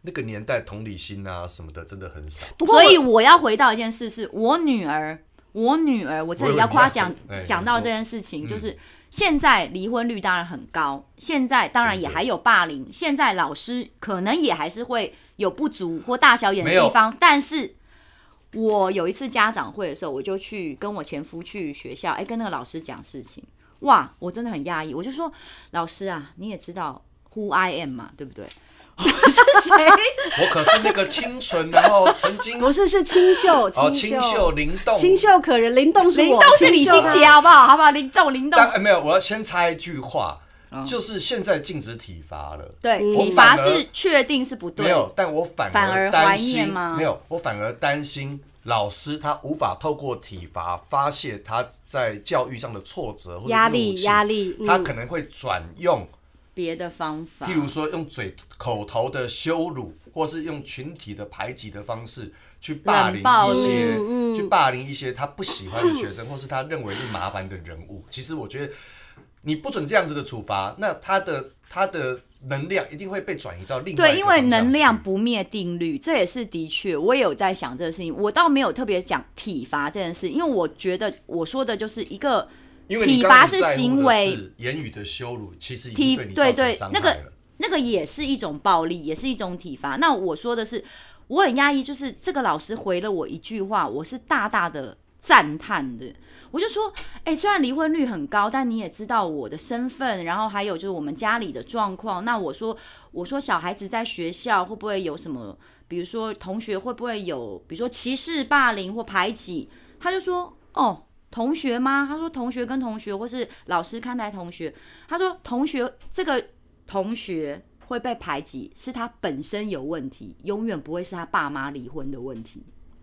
[SPEAKER 3] 那个年代同理心啊什么的真的很少。
[SPEAKER 4] 不过
[SPEAKER 1] 所
[SPEAKER 4] 我
[SPEAKER 1] 以我要回到一件事是，我女儿，我女儿，我这里要夸奖
[SPEAKER 3] 我以为你要回哎
[SPEAKER 1] 讲到
[SPEAKER 3] 你说嗯
[SPEAKER 1] 这件事情，就是现在离婚率当然很高，现在当然也还有霸凌，现在老师可能也还是会有不足或大小眼的
[SPEAKER 3] 没有
[SPEAKER 1] 地方，但是。我有一次家长会的时候，我就去跟我前夫去学校，哎、跟那个老师讲事情，哇，我真的很压抑，我就说老师啊，你也知道 who I am 嘛，对不对？我是谁？
[SPEAKER 3] 我可是那个清纯，然后曾 经
[SPEAKER 4] 不是是清秀，
[SPEAKER 3] 哦
[SPEAKER 4] 清
[SPEAKER 3] 清秀灵动，
[SPEAKER 4] 清秀可人，灵动是
[SPEAKER 1] 灵
[SPEAKER 4] 我，啊
[SPEAKER 1] 动是李心洁，啊好不好？好不好？灵动，灵动
[SPEAKER 3] 但、。哎没有，我要先插一句话，
[SPEAKER 1] 嗯
[SPEAKER 3] 就是现在禁止体罚了。
[SPEAKER 1] 对，
[SPEAKER 3] 我
[SPEAKER 1] 体
[SPEAKER 3] 反
[SPEAKER 1] 罚
[SPEAKER 3] 而
[SPEAKER 1] 是确定是不
[SPEAKER 3] 没
[SPEAKER 1] 对。
[SPEAKER 3] 有，但我反
[SPEAKER 1] 反而
[SPEAKER 3] 担
[SPEAKER 1] 怀
[SPEAKER 3] 心
[SPEAKER 1] 念吗
[SPEAKER 3] 没有，我反而担心老师他无法透过体罚发泄他在教育上的挫折或者
[SPEAKER 4] 压力
[SPEAKER 3] 怒气
[SPEAKER 4] 压力嗯
[SPEAKER 3] 他可能会转用，
[SPEAKER 1] 别的方法
[SPEAKER 3] 譬。如说用嘴口头的羞辱，或是用群体的排挤的方式。去霸凌
[SPEAKER 1] 冷暴
[SPEAKER 3] 一
[SPEAKER 1] 力嗯
[SPEAKER 3] 些，去霸凌一些他不喜欢的学生，或是他认为是麻烦的人物。其实我觉得，你不准这样子的处罚，那他的他的能量一定会被转移到另外一
[SPEAKER 1] 对，
[SPEAKER 3] 个
[SPEAKER 1] 因为
[SPEAKER 3] 方向
[SPEAKER 1] 能量
[SPEAKER 3] 去
[SPEAKER 1] 不灭定律，这也是的确，我也有在想这个事情。我倒没有特别讲体罚这件事，因为我觉得我说的就是一个
[SPEAKER 3] 因为你
[SPEAKER 1] 体
[SPEAKER 3] 刚刚
[SPEAKER 1] 罚
[SPEAKER 3] 不
[SPEAKER 1] 是
[SPEAKER 3] 在乎
[SPEAKER 1] 行
[SPEAKER 3] 的
[SPEAKER 1] 为
[SPEAKER 3] 是言语的羞辱，其实已
[SPEAKER 1] 体
[SPEAKER 3] 经对你
[SPEAKER 1] 对
[SPEAKER 3] 造成
[SPEAKER 1] 对
[SPEAKER 3] 伤
[SPEAKER 1] 那
[SPEAKER 3] 害
[SPEAKER 1] 个
[SPEAKER 3] 了
[SPEAKER 1] 那个也是一种暴力，也是一种体罚。那我说的是，我很压抑，就是这个老师回了我一句话，我是大大的赞叹的。我就说，哎、虽然离婚率很高，但你也知道我的身份，然后还有就是我们家里的状况。那我说，我说小孩子在学校会不会有什么，比如说同学会不会有，比如说歧视、霸凌或排挤？他就说，哦，同学吗？他说同学跟同学，或是老师看待同学。他说同学这个同学会被排挤，是他本身有问题，永远不会是他爸妈离婚的问题。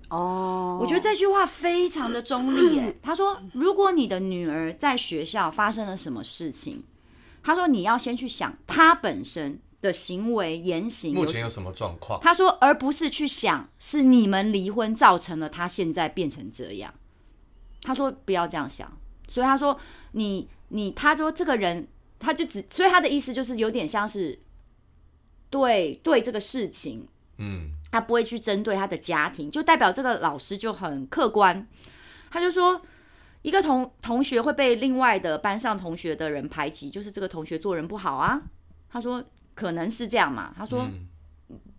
[SPEAKER 4] 哦，
[SPEAKER 1] 我觉得这句话非常的中立耶。他说，如果你的女儿在学校发生了什么事情，他说你要先去想她本身的行为言行
[SPEAKER 3] 目
[SPEAKER 1] 有什
[SPEAKER 3] 前有
[SPEAKER 1] 么。
[SPEAKER 3] 什么状况？
[SPEAKER 1] 他说，而不是去想是你们离婚造成了她现在变成这样。他说不要这样想，所以他说你你，他说这个人，他就只，所以他的意思就是有点像是对对这个事情
[SPEAKER 3] 嗯，
[SPEAKER 1] 他不会去针对他的家庭，就代表这个老师就很客观。他就说，一个同同学会被另外的班上同学的人排挤，就是这个同学做人不好啊。他说可能是这样嘛，他说、
[SPEAKER 3] 嗯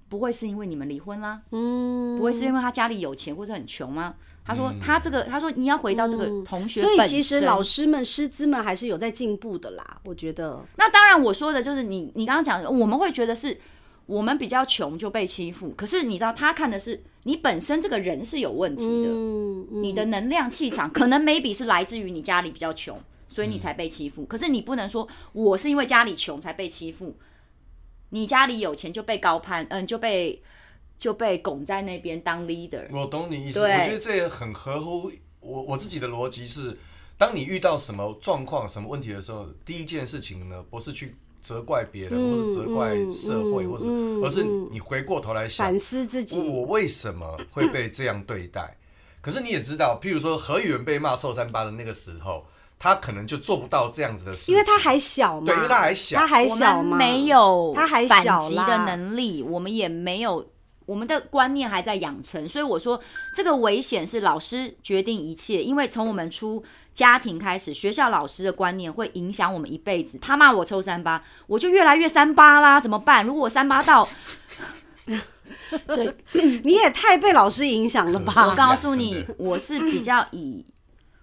[SPEAKER 1] 不会是因为你们离婚啦，
[SPEAKER 4] 嗯
[SPEAKER 1] 不会是因为他家里有钱或者很穷吗？他说、
[SPEAKER 3] 嗯
[SPEAKER 1] 他这个，他说你要回到这个同学
[SPEAKER 4] 嗯所以
[SPEAKER 1] 本
[SPEAKER 4] 其实
[SPEAKER 1] 身
[SPEAKER 4] 老师们、师资们还是有在进步的啦，我觉得。
[SPEAKER 1] 那当然，我说的就是你，你刚刚讲的，我们会觉得是我们比较穷就被欺负，可是你知道他看的是你本身这个人是有问题的，
[SPEAKER 4] 嗯，嗯
[SPEAKER 1] 你的能量气场可能 maybe 是来自于你家里比较穷，所以你才被欺负。可是你不能说我是因为家里穷才被欺负，你家里有钱就被高攀，嗯，就被就被拱在那边当 leader。
[SPEAKER 3] 我懂你意思，我
[SPEAKER 1] 对
[SPEAKER 3] 觉得这也很合乎我我自己的逻辑是，当你遇到什么状况、什么问题的时候，第一件事情呢，不是去责怪别人，或是责怪社会，
[SPEAKER 4] 嗯
[SPEAKER 3] 或是、
[SPEAKER 4] 嗯
[SPEAKER 3] 而是你回过头来想
[SPEAKER 4] 反，思自己。
[SPEAKER 3] 我为什么会被这样对待？可是你也知道，譬如说何宇文被骂臭三八的那个时候，他可能就做不到这样子的事情，
[SPEAKER 4] 因为他还小嘛，
[SPEAKER 3] 对因为他还小
[SPEAKER 4] 他还
[SPEAKER 1] 我
[SPEAKER 4] 小
[SPEAKER 1] 们
[SPEAKER 4] 嘛，
[SPEAKER 1] 没有
[SPEAKER 4] 他还
[SPEAKER 1] 反
[SPEAKER 4] 小
[SPEAKER 1] 击的
[SPEAKER 4] 啦
[SPEAKER 1] 能力，我们也没有。我们的观念还在养成，所以我说这个危险是老师决定一切，因为从我们出家庭开始，学校老师的观念会影响我们一辈子。他骂我抽三八，我就越来越三八啦，怎么办？如果我三八到， 这
[SPEAKER 4] 你也太被老师影响了
[SPEAKER 3] 可
[SPEAKER 1] 我
[SPEAKER 3] 是啊
[SPEAKER 4] 吧？
[SPEAKER 1] 告诉
[SPEAKER 3] 真
[SPEAKER 1] 你
[SPEAKER 3] 的，
[SPEAKER 1] 我是比较以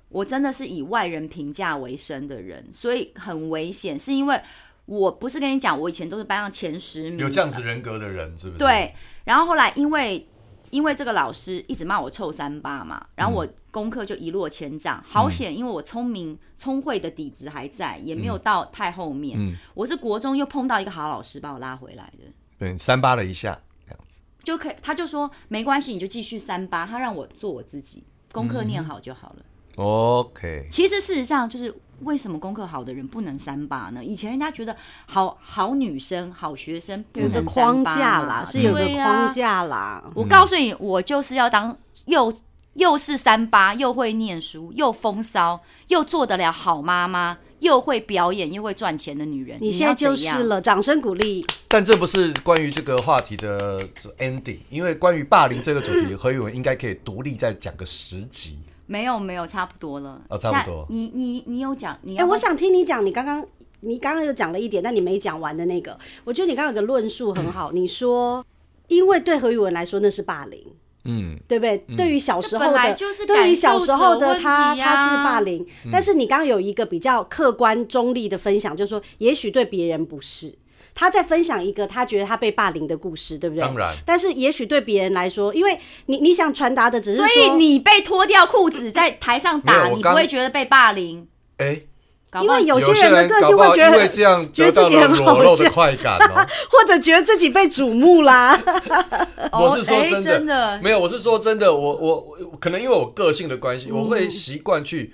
[SPEAKER 1] 我真的是以外人评价为生的人，所以很危险，是因为我不是跟你讲，我以前都是班上前十
[SPEAKER 4] 嗯
[SPEAKER 1] 名，
[SPEAKER 3] 有这样子人格的人，是不是？
[SPEAKER 1] 对，然后后来因为因为这个老师一直骂我臭三八嘛，然后我功课就一落千
[SPEAKER 3] 嗯
[SPEAKER 1] 丈，好险，因为我聪明聪慧的底子还在，也没有到太后面。
[SPEAKER 3] 嗯
[SPEAKER 1] 我是国中又碰到一个好老师把我拉回来的。
[SPEAKER 3] 对，三八了一下，这样子。
[SPEAKER 1] 就可以，他就说没关系，你就继续三八，他让我做我自己，功
[SPEAKER 3] 嗯
[SPEAKER 1] 课念好就好了。
[SPEAKER 3] OK，
[SPEAKER 1] 其实事实上就是为什么功课好的人不能三八呢？以前人家觉得好好女生、好学生不
[SPEAKER 4] 有
[SPEAKER 1] 能
[SPEAKER 4] 个
[SPEAKER 1] 三
[SPEAKER 4] 框
[SPEAKER 1] 八
[SPEAKER 4] 架
[SPEAKER 1] 嘛
[SPEAKER 4] 啦，是有个
[SPEAKER 1] 对呀
[SPEAKER 4] 框架啦。
[SPEAKER 3] 嗯
[SPEAKER 1] 我告诉你，我就是要当又又是三八，又会念书，又风骚，又做得了好妈妈，又会表演，又会赚钱的女人。
[SPEAKER 4] 你
[SPEAKER 1] 你
[SPEAKER 4] 现在
[SPEAKER 1] 要怎
[SPEAKER 4] 就
[SPEAKER 1] 样
[SPEAKER 4] 是。了，掌声鼓励。
[SPEAKER 3] 但这不是关于这个话题的 ending，因为关于霸凌这个主题，何宇文应该可以独立再讲个十集。
[SPEAKER 1] 没有没有，差不多了。
[SPEAKER 3] 哦差不
[SPEAKER 1] 下
[SPEAKER 3] 多
[SPEAKER 1] 你你你有讲？你
[SPEAKER 4] 哎、
[SPEAKER 1] 要不
[SPEAKER 4] 我
[SPEAKER 1] 要
[SPEAKER 4] 想听你讲，你刚刚你刚刚又讲了一点，但你没讲完的那个，我觉得你刚刚有个论述很好，你说因为对何宇文来说那是霸凌，
[SPEAKER 3] 嗯，
[SPEAKER 4] 对不对？对于小时候
[SPEAKER 1] 这本来
[SPEAKER 4] 的，
[SPEAKER 1] 就是
[SPEAKER 4] 对于小时
[SPEAKER 1] 感
[SPEAKER 4] 候的
[SPEAKER 1] 受者
[SPEAKER 4] 他，
[SPEAKER 1] 问题啊
[SPEAKER 4] 他是霸凌。
[SPEAKER 3] 嗯
[SPEAKER 4] 但是你刚刚有一个比较客观中立的分享，就是说，也许对别人不是。他在分享一个他觉得他被霸凌的故事，对不对？
[SPEAKER 3] 当然
[SPEAKER 4] 但是也许对别人来说，因为你你想传达的只是
[SPEAKER 1] 所
[SPEAKER 4] 说，
[SPEAKER 1] 以你被脱掉裤子在台上
[SPEAKER 3] 没
[SPEAKER 1] 打，
[SPEAKER 3] 有我
[SPEAKER 1] 你不
[SPEAKER 3] 刚
[SPEAKER 1] 会觉得被霸凌？
[SPEAKER 3] 哎、
[SPEAKER 1] 搞
[SPEAKER 4] 因
[SPEAKER 1] 不好
[SPEAKER 4] 为有
[SPEAKER 3] 有
[SPEAKER 4] 些人的个
[SPEAKER 3] 搞
[SPEAKER 4] 性
[SPEAKER 3] 不
[SPEAKER 4] 会
[SPEAKER 3] 好
[SPEAKER 4] 觉
[SPEAKER 3] 因
[SPEAKER 4] 得
[SPEAKER 3] 为这样
[SPEAKER 4] 觉得
[SPEAKER 3] 得
[SPEAKER 4] 自
[SPEAKER 3] 到
[SPEAKER 4] 己
[SPEAKER 3] 了
[SPEAKER 4] 很
[SPEAKER 3] 裸
[SPEAKER 4] 好
[SPEAKER 3] 露
[SPEAKER 4] 笑
[SPEAKER 3] 的，快感哦。
[SPEAKER 4] 或者觉得自己被瞩目啦。
[SPEAKER 1] 哦
[SPEAKER 3] 我是说
[SPEAKER 1] 哎
[SPEAKER 3] 真的，
[SPEAKER 1] 真的
[SPEAKER 3] 没有，我是说真的，我我我可能因为我个性的关系，我
[SPEAKER 4] 嗯
[SPEAKER 3] 会习惯去。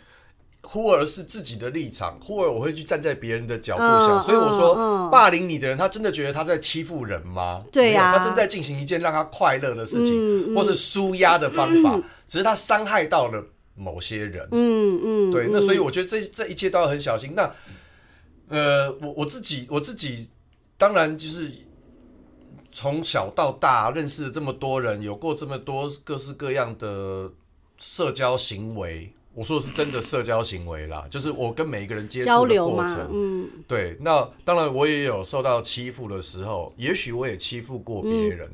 [SPEAKER 3] 忽而是自己的立场，忽而我会去站在别人的角度想，
[SPEAKER 4] 嗯
[SPEAKER 3] 所以我说、
[SPEAKER 4] 嗯嗯
[SPEAKER 3] 霸凌你的人，他真的觉得他在欺负人吗？
[SPEAKER 4] 对呀
[SPEAKER 3] 没有他正在进行一件让他快乐的事情，
[SPEAKER 4] 嗯嗯
[SPEAKER 3] 或是舒压的方法，只是他伤害到了某些人。
[SPEAKER 4] 嗯嗯，
[SPEAKER 3] 对，那所以我觉得这这一切都要很小心。那呃，我我自己我自己当然就是从小到大认识了这么多人，有过这么多各式各样的社交行为。我说的是真的社交行为啦，就是我跟每一个人接
[SPEAKER 4] 交
[SPEAKER 3] 触的
[SPEAKER 4] 流
[SPEAKER 3] 过
[SPEAKER 4] 嘛
[SPEAKER 3] 程。，
[SPEAKER 4] 嗯
[SPEAKER 3] 对，那当然我也有受到欺负的时候，也许我也欺负过别人，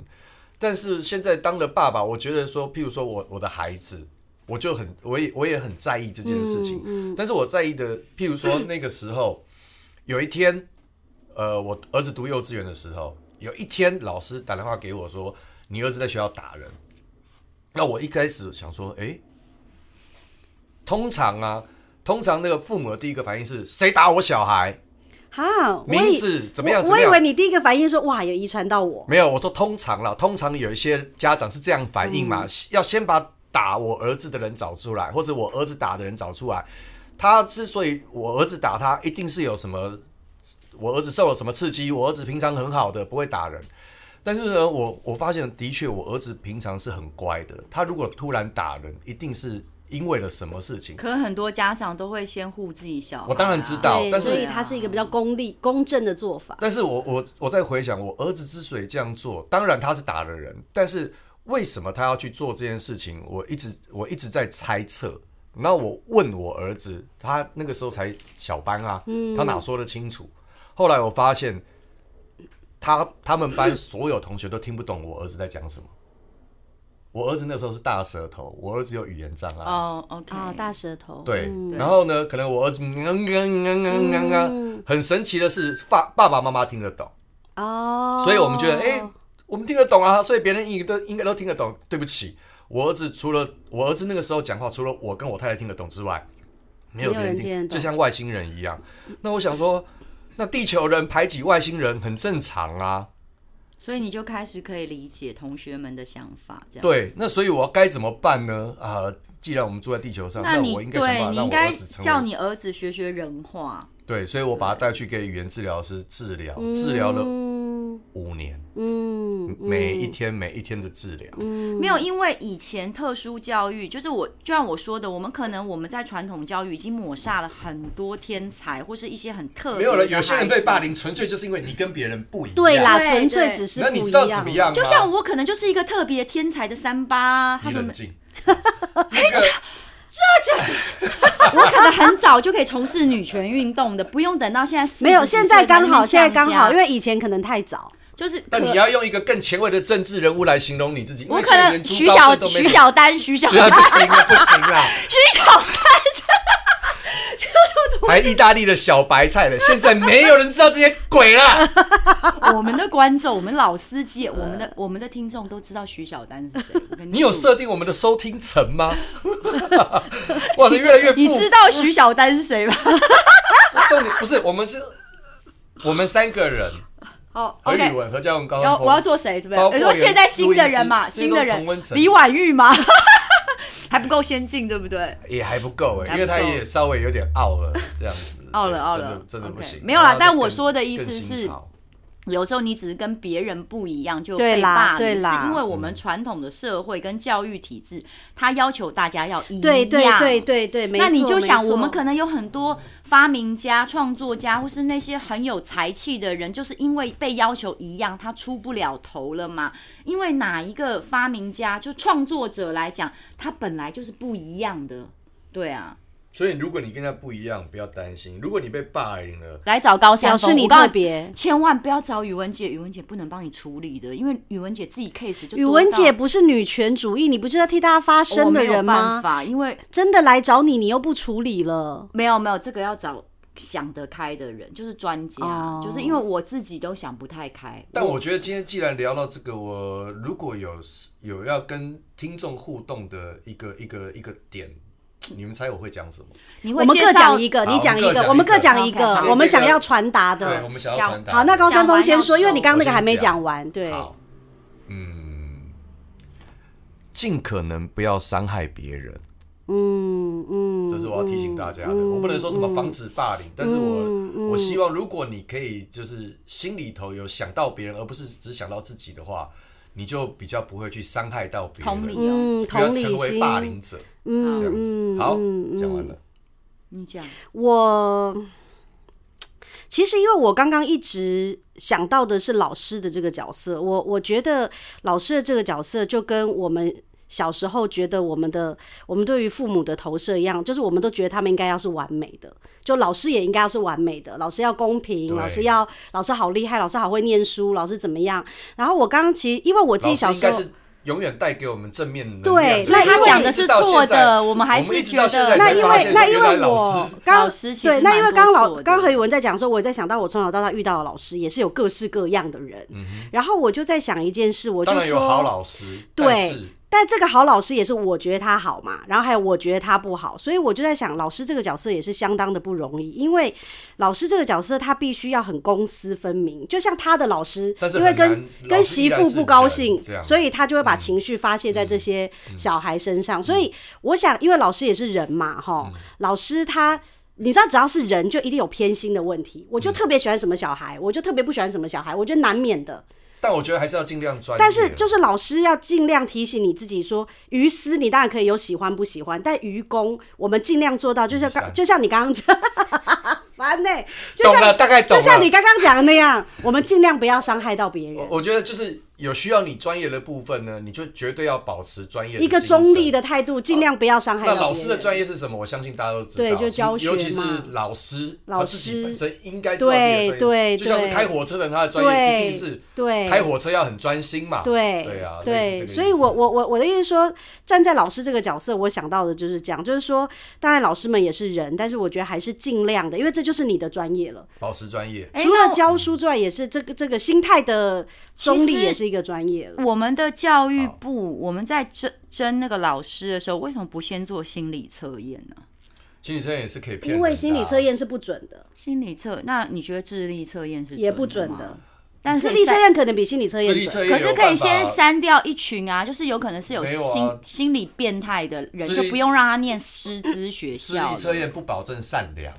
[SPEAKER 3] 但是现在当了爸爸，我觉得说，譬如说我我的孩子，我就很，我也我也很在意这件事情。但是我在意的，譬如说那个时候，有一天，呃，我儿子读幼稚园的时候，有一天老师打电话给我说，你儿子在学校打人。那我一开始想说，诶，通常啊，通常那个父母的第一个反应是谁打我小孩？
[SPEAKER 4] 哈，我以
[SPEAKER 3] 名字怎么样
[SPEAKER 4] 我
[SPEAKER 3] 怎么样
[SPEAKER 4] 我以为你第一个反应说哇，有遗传到我，
[SPEAKER 3] 没有，我说通常啦，通常有一些家长是这样反应嘛，要先把打我儿子的人找出来，或者我儿子打的人找出来。他之所以我儿子打他，一定是有什么，我儿子受了什么刺激，我儿子平常很好的，不会打人。但是呢，我我发现的确，我儿子平常是很乖的。他如果突然打人，一定是因为了什么事情。
[SPEAKER 1] 可能很多家长都会先护自己小孩啊、
[SPEAKER 3] 我当然知道
[SPEAKER 4] 对
[SPEAKER 3] 但是
[SPEAKER 4] 所以它是一个比较公立公正的做法。
[SPEAKER 3] 但是我我我在回想，我儿子之所以这样做，当然他是打了人，但是为什么他要去做这件事情？我一直我一直在猜测。然后我问我儿子，他那个时候才小班啊，他哪说得清楚？后来我发现，他他们班所有同学都听不懂我儿子在讲什么。我儿子那时候是大舌头，我儿子有语言障碍。
[SPEAKER 1] 哦，OK，
[SPEAKER 4] 啊、大舌头，
[SPEAKER 3] 对
[SPEAKER 4] 嗯，
[SPEAKER 3] 然后呢，可能我儿子嗯嗯嗯嗯嗯嗯嗯，很神奇的是，爸爸爸妈妈听得懂。
[SPEAKER 4] 哦，
[SPEAKER 3] 所以我们觉得，哎、我们听得懂啊，所以别人应都应该都听得懂。对不起，我儿子除了我儿子那个时候讲话，除了我跟我太太听得懂之外，没有
[SPEAKER 4] 没有
[SPEAKER 3] 别人
[SPEAKER 4] 人听得
[SPEAKER 3] 听，
[SPEAKER 4] 懂
[SPEAKER 3] 就像外星人一样。那我想说，那地球人排挤外星人很正常啊。
[SPEAKER 1] 所以你就开始可以理解同学们的想法，这样。
[SPEAKER 3] 对，那所以我该怎么办呢？啊、既然我们住在地球上，那
[SPEAKER 1] 你
[SPEAKER 3] 我应该想办
[SPEAKER 1] 对
[SPEAKER 3] 法
[SPEAKER 1] 你
[SPEAKER 3] 让
[SPEAKER 1] 应
[SPEAKER 3] 我儿
[SPEAKER 1] 该
[SPEAKER 3] 子成为
[SPEAKER 1] 叫你儿子学学人话，
[SPEAKER 3] 对，所以我把他带去给语言治疗师治疗，治疗了
[SPEAKER 4] 嗯
[SPEAKER 3] 五年，
[SPEAKER 4] 嗯，
[SPEAKER 3] 每一天每一天的治疗。
[SPEAKER 1] 没有，因为以前特殊教育，就是我就像我说的，我们可能我们在传统教育已经抹杀了很多天才或是一些很特
[SPEAKER 3] 没有了，
[SPEAKER 1] 别的
[SPEAKER 3] 有些人
[SPEAKER 1] 孩
[SPEAKER 3] 被
[SPEAKER 1] 子
[SPEAKER 3] 霸。凌，纯粹就是因为你跟别人不一样。
[SPEAKER 4] 对啦，
[SPEAKER 1] 对
[SPEAKER 4] 纯粹
[SPEAKER 1] 对
[SPEAKER 4] 只是
[SPEAKER 3] 那
[SPEAKER 4] 不
[SPEAKER 3] 你
[SPEAKER 4] 一
[SPEAKER 3] 知道怎么样吗？
[SPEAKER 1] 就像我可能就是一个特别天才的三八，他
[SPEAKER 3] 你
[SPEAKER 1] 怎
[SPEAKER 3] 冷
[SPEAKER 1] 么
[SPEAKER 3] 静，
[SPEAKER 1] 我可能很早就可以从事女权运动的，不用等到现在40
[SPEAKER 4] 没有，
[SPEAKER 1] 几岁
[SPEAKER 4] 现在
[SPEAKER 1] 才
[SPEAKER 4] 刚好，
[SPEAKER 1] 能
[SPEAKER 4] 现在
[SPEAKER 1] 向
[SPEAKER 4] 刚好，
[SPEAKER 1] 下
[SPEAKER 4] 因为以前可能太早。
[SPEAKER 1] 就是可
[SPEAKER 3] 但你要用一个更前卫的政治人物来形容你自己。因为
[SPEAKER 1] 我可
[SPEAKER 3] 现在
[SPEAKER 1] 能
[SPEAKER 3] 连
[SPEAKER 1] 徐
[SPEAKER 3] 朱高
[SPEAKER 1] 小
[SPEAKER 3] 正都没
[SPEAKER 1] 徐小丹徐小
[SPEAKER 3] 徐小
[SPEAKER 1] 丹
[SPEAKER 3] 不行了，不行啦，
[SPEAKER 1] 徐小
[SPEAKER 3] 还意大利的小白菜了，现在没有人知道这些鬼啦。
[SPEAKER 1] 丹，我们的观众，我们老司机，我们的我们的听众都知道徐小丹是 谁。我跟
[SPEAKER 3] 你有
[SPEAKER 1] 说
[SPEAKER 3] 设定我们的收听层吗？ 哇塞，越来越
[SPEAKER 1] 你
[SPEAKER 3] 复
[SPEAKER 1] 知道徐小丹是 谁吗？
[SPEAKER 3] 重点不是我们是，我们三个人，
[SPEAKER 1] 哦
[SPEAKER 3] 何宇
[SPEAKER 1] ，OK，
[SPEAKER 3] 文、何家文、高
[SPEAKER 1] 要
[SPEAKER 3] 文峰，
[SPEAKER 1] 我要做谁？是不是？
[SPEAKER 3] 包
[SPEAKER 1] 我
[SPEAKER 3] 括
[SPEAKER 1] 说现在新的
[SPEAKER 3] 有
[SPEAKER 1] 人嘛，
[SPEAKER 3] 路易斯这
[SPEAKER 1] 新
[SPEAKER 3] 些都
[SPEAKER 1] 的
[SPEAKER 3] 是同温
[SPEAKER 1] 人
[SPEAKER 3] 层
[SPEAKER 1] 李婉玉吗？ 还不够先进，对不对？
[SPEAKER 3] 也还不够
[SPEAKER 1] 还不
[SPEAKER 3] 哎、
[SPEAKER 1] 够
[SPEAKER 3] 因为他也稍微有点傲了，这样子。
[SPEAKER 1] 傲了
[SPEAKER 3] 对
[SPEAKER 1] 傲
[SPEAKER 3] 真
[SPEAKER 1] 了
[SPEAKER 3] 的真的不
[SPEAKER 1] OK
[SPEAKER 3] 行。
[SPEAKER 1] 没有啦
[SPEAKER 3] 然后他
[SPEAKER 1] 但
[SPEAKER 3] 就
[SPEAKER 1] 我
[SPEAKER 3] 更
[SPEAKER 1] 说的意思
[SPEAKER 3] 更新
[SPEAKER 1] 是
[SPEAKER 3] 潮
[SPEAKER 1] 有时候你只是跟别人不一样就
[SPEAKER 4] 对
[SPEAKER 1] 被
[SPEAKER 4] 啦
[SPEAKER 1] 霸
[SPEAKER 4] 对
[SPEAKER 1] 凌，
[SPEAKER 4] 啦
[SPEAKER 1] 是因为我们传统的社会跟教育体制，它要求大家要一样。
[SPEAKER 4] 对对对对对，没错。
[SPEAKER 1] 那你就想，
[SPEAKER 4] 没错
[SPEAKER 1] 我们可能有很多发明家、创作家，或是那些很有才气的人，就是因为被要求一样，他出不了头了嘛。因为哪一个发明家，就创作者来讲，他本来就是不一样的。对啊，
[SPEAKER 3] 所以如果你跟他不一样，不要担心。如果你被霸凌了，
[SPEAKER 1] 来找高
[SPEAKER 4] 表
[SPEAKER 1] 山
[SPEAKER 4] 示
[SPEAKER 1] 峰，
[SPEAKER 4] 你
[SPEAKER 1] 我告诉
[SPEAKER 4] 特。别。
[SPEAKER 1] 千万不要找宇文姐，宇文姐不能帮你处理的，因为宇文姐自己 case 就
[SPEAKER 4] 宇
[SPEAKER 1] 多
[SPEAKER 4] 文
[SPEAKER 1] 到哦
[SPEAKER 4] 姐不是女权主义，你不是要替大家发
[SPEAKER 1] 我
[SPEAKER 4] 声的
[SPEAKER 1] 没有
[SPEAKER 4] 人
[SPEAKER 1] 办
[SPEAKER 4] 吗？
[SPEAKER 1] 法，因为
[SPEAKER 4] 真的来找你，你又不处理了。
[SPEAKER 1] 没有没有，这个要找想得开的人，就是专家，
[SPEAKER 4] 哦
[SPEAKER 1] 就是因为我自己都想不太开。
[SPEAKER 3] 但我觉得今天既然聊到这个，我如果有有要跟听众互动的一个一个一个点，你们猜我会讲什么？
[SPEAKER 1] 你
[SPEAKER 4] 我
[SPEAKER 1] 会
[SPEAKER 4] 们
[SPEAKER 1] 介
[SPEAKER 4] 各
[SPEAKER 1] 绍
[SPEAKER 4] 讲一个，
[SPEAKER 3] 好
[SPEAKER 4] 你讲
[SPEAKER 3] 我
[SPEAKER 4] 一
[SPEAKER 3] 们各
[SPEAKER 4] 个
[SPEAKER 3] 讲，
[SPEAKER 4] 我们各
[SPEAKER 3] 一个
[SPEAKER 4] 讲一个
[SPEAKER 1] 好，
[SPEAKER 4] 我
[SPEAKER 3] 今天
[SPEAKER 4] 们
[SPEAKER 3] 这
[SPEAKER 4] 想
[SPEAKER 3] 个
[SPEAKER 4] 要传达
[SPEAKER 3] 对，我
[SPEAKER 4] 的。
[SPEAKER 3] 们想要
[SPEAKER 1] 讲
[SPEAKER 3] 传达的。
[SPEAKER 4] 好，那高山峰先
[SPEAKER 1] 讲
[SPEAKER 4] 说，
[SPEAKER 1] 完要
[SPEAKER 4] 因为你刚刚那个还没
[SPEAKER 3] 我先讲
[SPEAKER 4] 讲完。对，
[SPEAKER 3] 好，嗯，尽可能不要伤害别人。
[SPEAKER 4] 嗯嗯，
[SPEAKER 3] 这是我要提醒大家的。我不能说什么防止霸凌，但是
[SPEAKER 4] 嗯
[SPEAKER 3] 我我希望，如果你可以就是心里头有想到别人，而不是只想到自己的话，你就比较不会去伤害到别
[SPEAKER 1] 同理
[SPEAKER 3] 人，
[SPEAKER 1] 哦，
[SPEAKER 4] 嗯，
[SPEAKER 3] 不要
[SPEAKER 4] 同理
[SPEAKER 3] 成为
[SPEAKER 4] 心。
[SPEAKER 3] 霸凌者。
[SPEAKER 4] 嗯
[SPEAKER 3] 这样子，
[SPEAKER 4] 嗯
[SPEAKER 3] 好
[SPEAKER 4] 嗯，
[SPEAKER 3] 讲完了。
[SPEAKER 1] 你讲
[SPEAKER 4] 我其实因为我刚刚一直想到的是老师的这个角色，我我觉得老师的这个角色就跟我们。小时候觉得我们的我们对于父母的投射一样，就是我们都觉得他们应该要是完美的，就老师也应该要是完美的，老师要公平，
[SPEAKER 3] 对
[SPEAKER 4] 老师要老师好厉害，老师好会念书，老师怎么样。然后我刚刚其实因为我自己
[SPEAKER 3] 老师
[SPEAKER 4] 小
[SPEAKER 3] 应
[SPEAKER 4] 时
[SPEAKER 3] 该
[SPEAKER 4] 候
[SPEAKER 3] 是永远带给我们正面能量。
[SPEAKER 4] 对
[SPEAKER 1] 所以
[SPEAKER 4] 那因
[SPEAKER 1] 他
[SPEAKER 4] 为
[SPEAKER 1] 讲的是错的，我们
[SPEAKER 3] 们
[SPEAKER 1] 还
[SPEAKER 3] 一
[SPEAKER 1] 是
[SPEAKER 3] 直
[SPEAKER 1] 觉
[SPEAKER 3] 到
[SPEAKER 1] 得
[SPEAKER 3] 现在
[SPEAKER 4] 那
[SPEAKER 3] 才
[SPEAKER 4] 因
[SPEAKER 3] 发
[SPEAKER 4] 为
[SPEAKER 3] 现
[SPEAKER 4] 那
[SPEAKER 3] 说
[SPEAKER 4] 因
[SPEAKER 3] 原来
[SPEAKER 4] 为
[SPEAKER 3] 老
[SPEAKER 4] 我
[SPEAKER 3] 师
[SPEAKER 4] 刚
[SPEAKER 1] 老师其实
[SPEAKER 4] 对，那因为
[SPEAKER 1] 蛮
[SPEAKER 4] 刚
[SPEAKER 1] 多
[SPEAKER 4] 老
[SPEAKER 1] 错的
[SPEAKER 4] 刚何宇文在讲说，我在想到我从小到大遇到的老师也是有各式各样的人，然后我就在想一件事，我
[SPEAKER 3] 嗯
[SPEAKER 4] 就
[SPEAKER 3] 当
[SPEAKER 4] 说
[SPEAKER 3] 然有好老师，但是
[SPEAKER 4] 对，但这个好老师也是我觉得他好嘛，然后还有我觉得他不好，所以我就在想，老师这个角色也是相当的不容易，因为老师这个角色他必须要很公私分明，就像他的老师
[SPEAKER 3] 但，是
[SPEAKER 4] 因为
[SPEAKER 3] 很难
[SPEAKER 4] 跟
[SPEAKER 3] 老
[SPEAKER 4] 跟
[SPEAKER 3] 师依
[SPEAKER 4] 媳
[SPEAKER 3] 然
[SPEAKER 4] 妇
[SPEAKER 3] 是
[SPEAKER 4] 不高
[SPEAKER 3] 人
[SPEAKER 4] 兴
[SPEAKER 3] 这，样嗯
[SPEAKER 4] 所以他就会把情绪发泄在这些小孩身上，所以我想，因为老师也是人嘛，哈，
[SPEAKER 3] 嗯
[SPEAKER 4] 老师他。你知道，只要是人，就一定有偏心的问题。我就特别喜欢什么小孩，我就特别不喜欢什么小孩，我觉得难免的。
[SPEAKER 3] 但我觉得还是要尽量专业。
[SPEAKER 4] 但是就是老师要尽量提醒你自己说，于私你当然可以有喜欢不喜欢，但于公我们尽量做到，就像
[SPEAKER 3] 于
[SPEAKER 4] 刚
[SPEAKER 3] 三
[SPEAKER 4] 就像你刚刚讲， 烦呢、就
[SPEAKER 3] 懂了，
[SPEAKER 4] 像
[SPEAKER 3] 大概懂
[SPEAKER 4] 就
[SPEAKER 3] 了。
[SPEAKER 4] 像你刚刚讲的那样，我们尽量不要伤害到别人。
[SPEAKER 3] 我觉得就是有需要你专业的部分呢，你就绝对要保持专业的
[SPEAKER 4] 一个
[SPEAKER 3] 精神
[SPEAKER 4] 中立。的态度，尽量不要伤害到
[SPEAKER 3] 哦那
[SPEAKER 4] 别人。
[SPEAKER 3] 老师的专业是什么？我相信大家都知道，
[SPEAKER 4] 对就教学嘛
[SPEAKER 3] 尤其是老师，
[SPEAKER 4] 老
[SPEAKER 3] 他
[SPEAKER 4] 师
[SPEAKER 3] 自己本身应该知道自己的专业
[SPEAKER 4] 对对
[SPEAKER 3] 就像是
[SPEAKER 4] 对
[SPEAKER 3] 开火车的人，他的专业一
[SPEAKER 4] 对
[SPEAKER 3] 定是
[SPEAKER 4] 对
[SPEAKER 3] 开火车要很专心嘛。
[SPEAKER 4] 对
[SPEAKER 3] 对啊，类似这
[SPEAKER 4] 对，
[SPEAKER 3] 个意思
[SPEAKER 4] 所以我我我我的意思是说，站在老师这个角色，我想到的就是这样，就是说，当然老师们也是人，但是我觉得还是尽量的，因为这就是你的专业了。
[SPEAKER 3] 保持专业。
[SPEAKER 1] 哎
[SPEAKER 4] 除
[SPEAKER 1] 那
[SPEAKER 4] 了
[SPEAKER 1] 我
[SPEAKER 4] 教书之外，也是这个这个心态的中立
[SPEAKER 1] 其实
[SPEAKER 4] 也是一个专业了。
[SPEAKER 1] 我们的教育部，我们在争争那个老师的时候，为什么不先做心理测验呢？
[SPEAKER 3] 心理测验也是可以骗人的啊，
[SPEAKER 4] 嗯因为心理测验是不准的，
[SPEAKER 1] 心理测，那你觉得智力测验是
[SPEAKER 4] 也不
[SPEAKER 1] 准的
[SPEAKER 4] 准
[SPEAKER 1] 吗
[SPEAKER 4] 的。
[SPEAKER 1] 但是
[SPEAKER 4] 智力测
[SPEAKER 1] 在
[SPEAKER 4] 验可能比心理测
[SPEAKER 3] 智
[SPEAKER 4] 验
[SPEAKER 3] 力测
[SPEAKER 4] 准。
[SPEAKER 3] 验
[SPEAKER 1] 可
[SPEAKER 3] 有
[SPEAKER 1] 是
[SPEAKER 3] 办法，
[SPEAKER 1] 可以先删掉一群啊，就是有可能是有
[SPEAKER 3] 没有啊
[SPEAKER 1] 心、心理变态的人，
[SPEAKER 3] 智力
[SPEAKER 1] 就不用让他念师资学
[SPEAKER 3] 智
[SPEAKER 1] 校
[SPEAKER 3] 力
[SPEAKER 1] 了。
[SPEAKER 3] 测验不保证善良，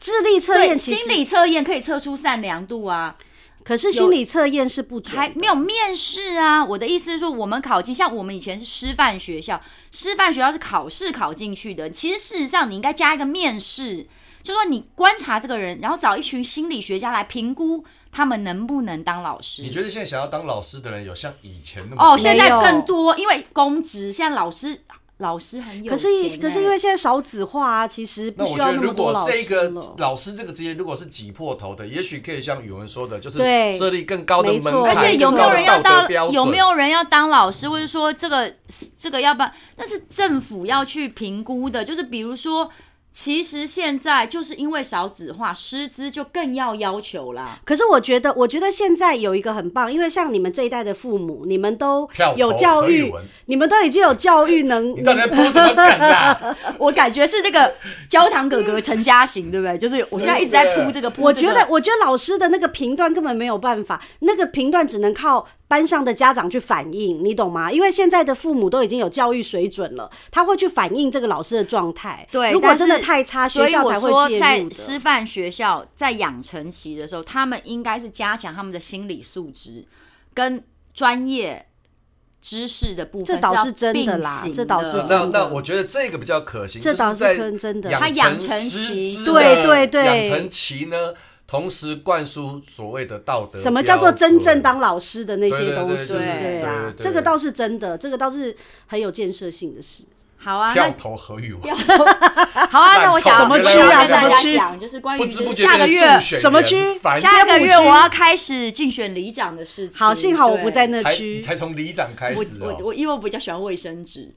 [SPEAKER 4] 智力测
[SPEAKER 1] 对
[SPEAKER 4] 验其
[SPEAKER 1] 心
[SPEAKER 4] 实，
[SPEAKER 1] 理测验可以测出善良度啊，
[SPEAKER 4] 可是心理测验是不准
[SPEAKER 1] 还
[SPEAKER 4] 的。
[SPEAKER 1] 没有面试啊。我的意思是说，我们考进，像我们以前是师范学校，师范学校是考试考进去的。其实事实上，你应该加一个面试，就说你观察这个人，然后找一群心理学家来评估他们能不能当老师。
[SPEAKER 3] 你觉得现在想要当老师的人有像以前那么
[SPEAKER 1] 哦，
[SPEAKER 3] 多
[SPEAKER 1] 现在
[SPEAKER 4] 没有
[SPEAKER 1] 更多，因为公职，现在老师老师很有
[SPEAKER 4] 可是
[SPEAKER 1] 钱欸
[SPEAKER 4] 可是因为现在少子化啊，其实
[SPEAKER 3] 那
[SPEAKER 4] 不
[SPEAKER 3] 我
[SPEAKER 4] 需
[SPEAKER 3] 觉
[SPEAKER 4] 要
[SPEAKER 3] 得，
[SPEAKER 4] 么
[SPEAKER 3] 如
[SPEAKER 4] 多
[SPEAKER 3] 果
[SPEAKER 4] 老
[SPEAKER 3] 这
[SPEAKER 4] 师
[SPEAKER 3] 个
[SPEAKER 4] 了。
[SPEAKER 3] 老师这个职业如果是挤破头的，也许可以像语文说的，就是
[SPEAKER 4] 对
[SPEAKER 3] 设立更高的
[SPEAKER 4] 没
[SPEAKER 3] 门
[SPEAKER 4] 错
[SPEAKER 1] 而
[SPEAKER 3] 槛，
[SPEAKER 1] 且
[SPEAKER 4] 还
[SPEAKER 1] 有
[SPEAKER 3] 更
[SPEAKER 1] 没有
[SPEAKER 3] 高
[SPEAKER 1] 人
[SPEAKER 3] 的
[SPEAKER 1] 要
[SPEAKER 3] 道
[SPEAKER 1] 当
[SPEAKER 3] 德标准。
[SPEAKER 1] 有没有人要当老师，或者说这个这个要不然，但是政府要去评估的，就是比如说，其实现在就是因为少子化，师资就更要要求啦。
[SPEAKER 4] 可是我觉得，我觉得现在有一个很棒，因为像你们这一代的父母，你们都
[SPEAKER 3] 票投
[SPEAKER 4] 有教
[SPEAKER 3] 何以
[SPEAKER 4] 育
[SPEAKER 3] 文，
[SPEAKER 4] 你们都已经有教育能
[SPEAKER 3] 你到底在铺什么梗啊？
[SPEAKER 1] 呃我感觉是那个焦糖哥哥陈嘉行，对不对？就是我现在一直在铺这个，铺
[SPEAKER 4] 我
[SPEAKER 1] 这个
[SPEAKER 4] 觉得，我觉得老师的那个评断根本没有办法，那个评断只能靠班上的家长去反映，你懂吗？因为现在的父母都已经有教育水准了，他会去反映这个老师的状态。
[SPEAKER 1] 对，
[SPEAKER 4] 如果
[SPEAKER 1] 但是
[SPEAKER 4] 真的太差，啊学校才
[SPEAKER 1] 所
[SPEAKER 4] 会
[SPEAKER 1] 以我说，
[SPEAKER 4] 介入
[SPEAKER 1] 在
[SPEAKER 4] 的。
[SPEAKER 1] 师范学校在养成期的时候，他们应该是加强他们的心理素质跟专业知识的部分。
[SPEAKER 4] 这倒
[SPEAKER 1] 是
[SPEAKER 4] 是
[SPEAKER 1] 要
[SPEAKER 4] 真的
[SPEAKER 1] 并
[SPEAKER 4] 啦
[SPEAKER 1] 行
[SPEAKER 4] 这倒是
[SPEAKER 1] 的
[SPEAKER 4] 真的
[SPEAKER 3] 那那我觉得这个比较可行，
[SPEAKER 4] 这倒
[SPEAKER 3] 就是在
[SPEAKER 4] 跟真的
[SPEAKER 1] 他养成
[SPEAKER 3] 师
[SPEAKER 1] 期
[SPEAKER 3] 资
[SPEAKER 4] 对
[SPEAKER 3] 的
[SPEAKER 4] 对对
[SPEAKER 3] 养成期呢，同时灌输所谓的道德，
[SPEAKER 4] 什么叫做真正当？老师的那些东西？
[SPEAKER 3] 对
[SPEAKER 1] 对对对
[SPEAKER 4] 啊
[SPEAKER 3] 对对，对
[SPEAKER 4] 这个倒是真的，这个倒是很有建设性的事。
[SPEAKER 1] 好啊，
[SPEAKER 3] 票
[SPEAKER 1] 那
[SPEAKER 3] 投何语文，
[SPEAKER 1] 好啊，那我想
[SPEAKER 3] 什么区啊
[SPEAKER 1] 我想跟
[SPEAKER 4] 什
[SPEAKER 1] 大
[SPEAKER 4] 么
[SPEAKER 1] 家
[SPEAKER 4] 区
[SPEAKER 1] 讲，就是关于
[SPEAKER 3] 不知不
[SPEAKER 1] 就是
[SPEAKER 3] 觉
[SPEAKER 1] 下个
[SPEAKER 3] 变
[SPEAKER 1] 月
[SPEAKER 3] 成助选
[SPEAKER 4] 什么
[SPEAKER 3] 人
[SPEAKER 4] 区
[SPEAKER 3] 反
[SPEAKER 1] 下个
[SPEAKER 3] 正
[SPEAKER 4] 政府
[SPEAKER 1] 月
[SPEAKER 4] 区
[SPEAKER 1] 我要开始竞选里长的事情。
[SPEAKER 4] 好，幸好我
[SPEAKER 1] 对
[SPEAKER 4] 不在那
[SPEAKER 3] 才
[SPEAKER 4] 区。
[SPEAKER 3] 才从里长开
[SPEAKER 1] 我
[SPEAKER 3] 始
[SPEAKER 1] 我
[SPEAKER 3] 哦。
[SPEAKER 1] 我，因为我比较喜欢卫生纸，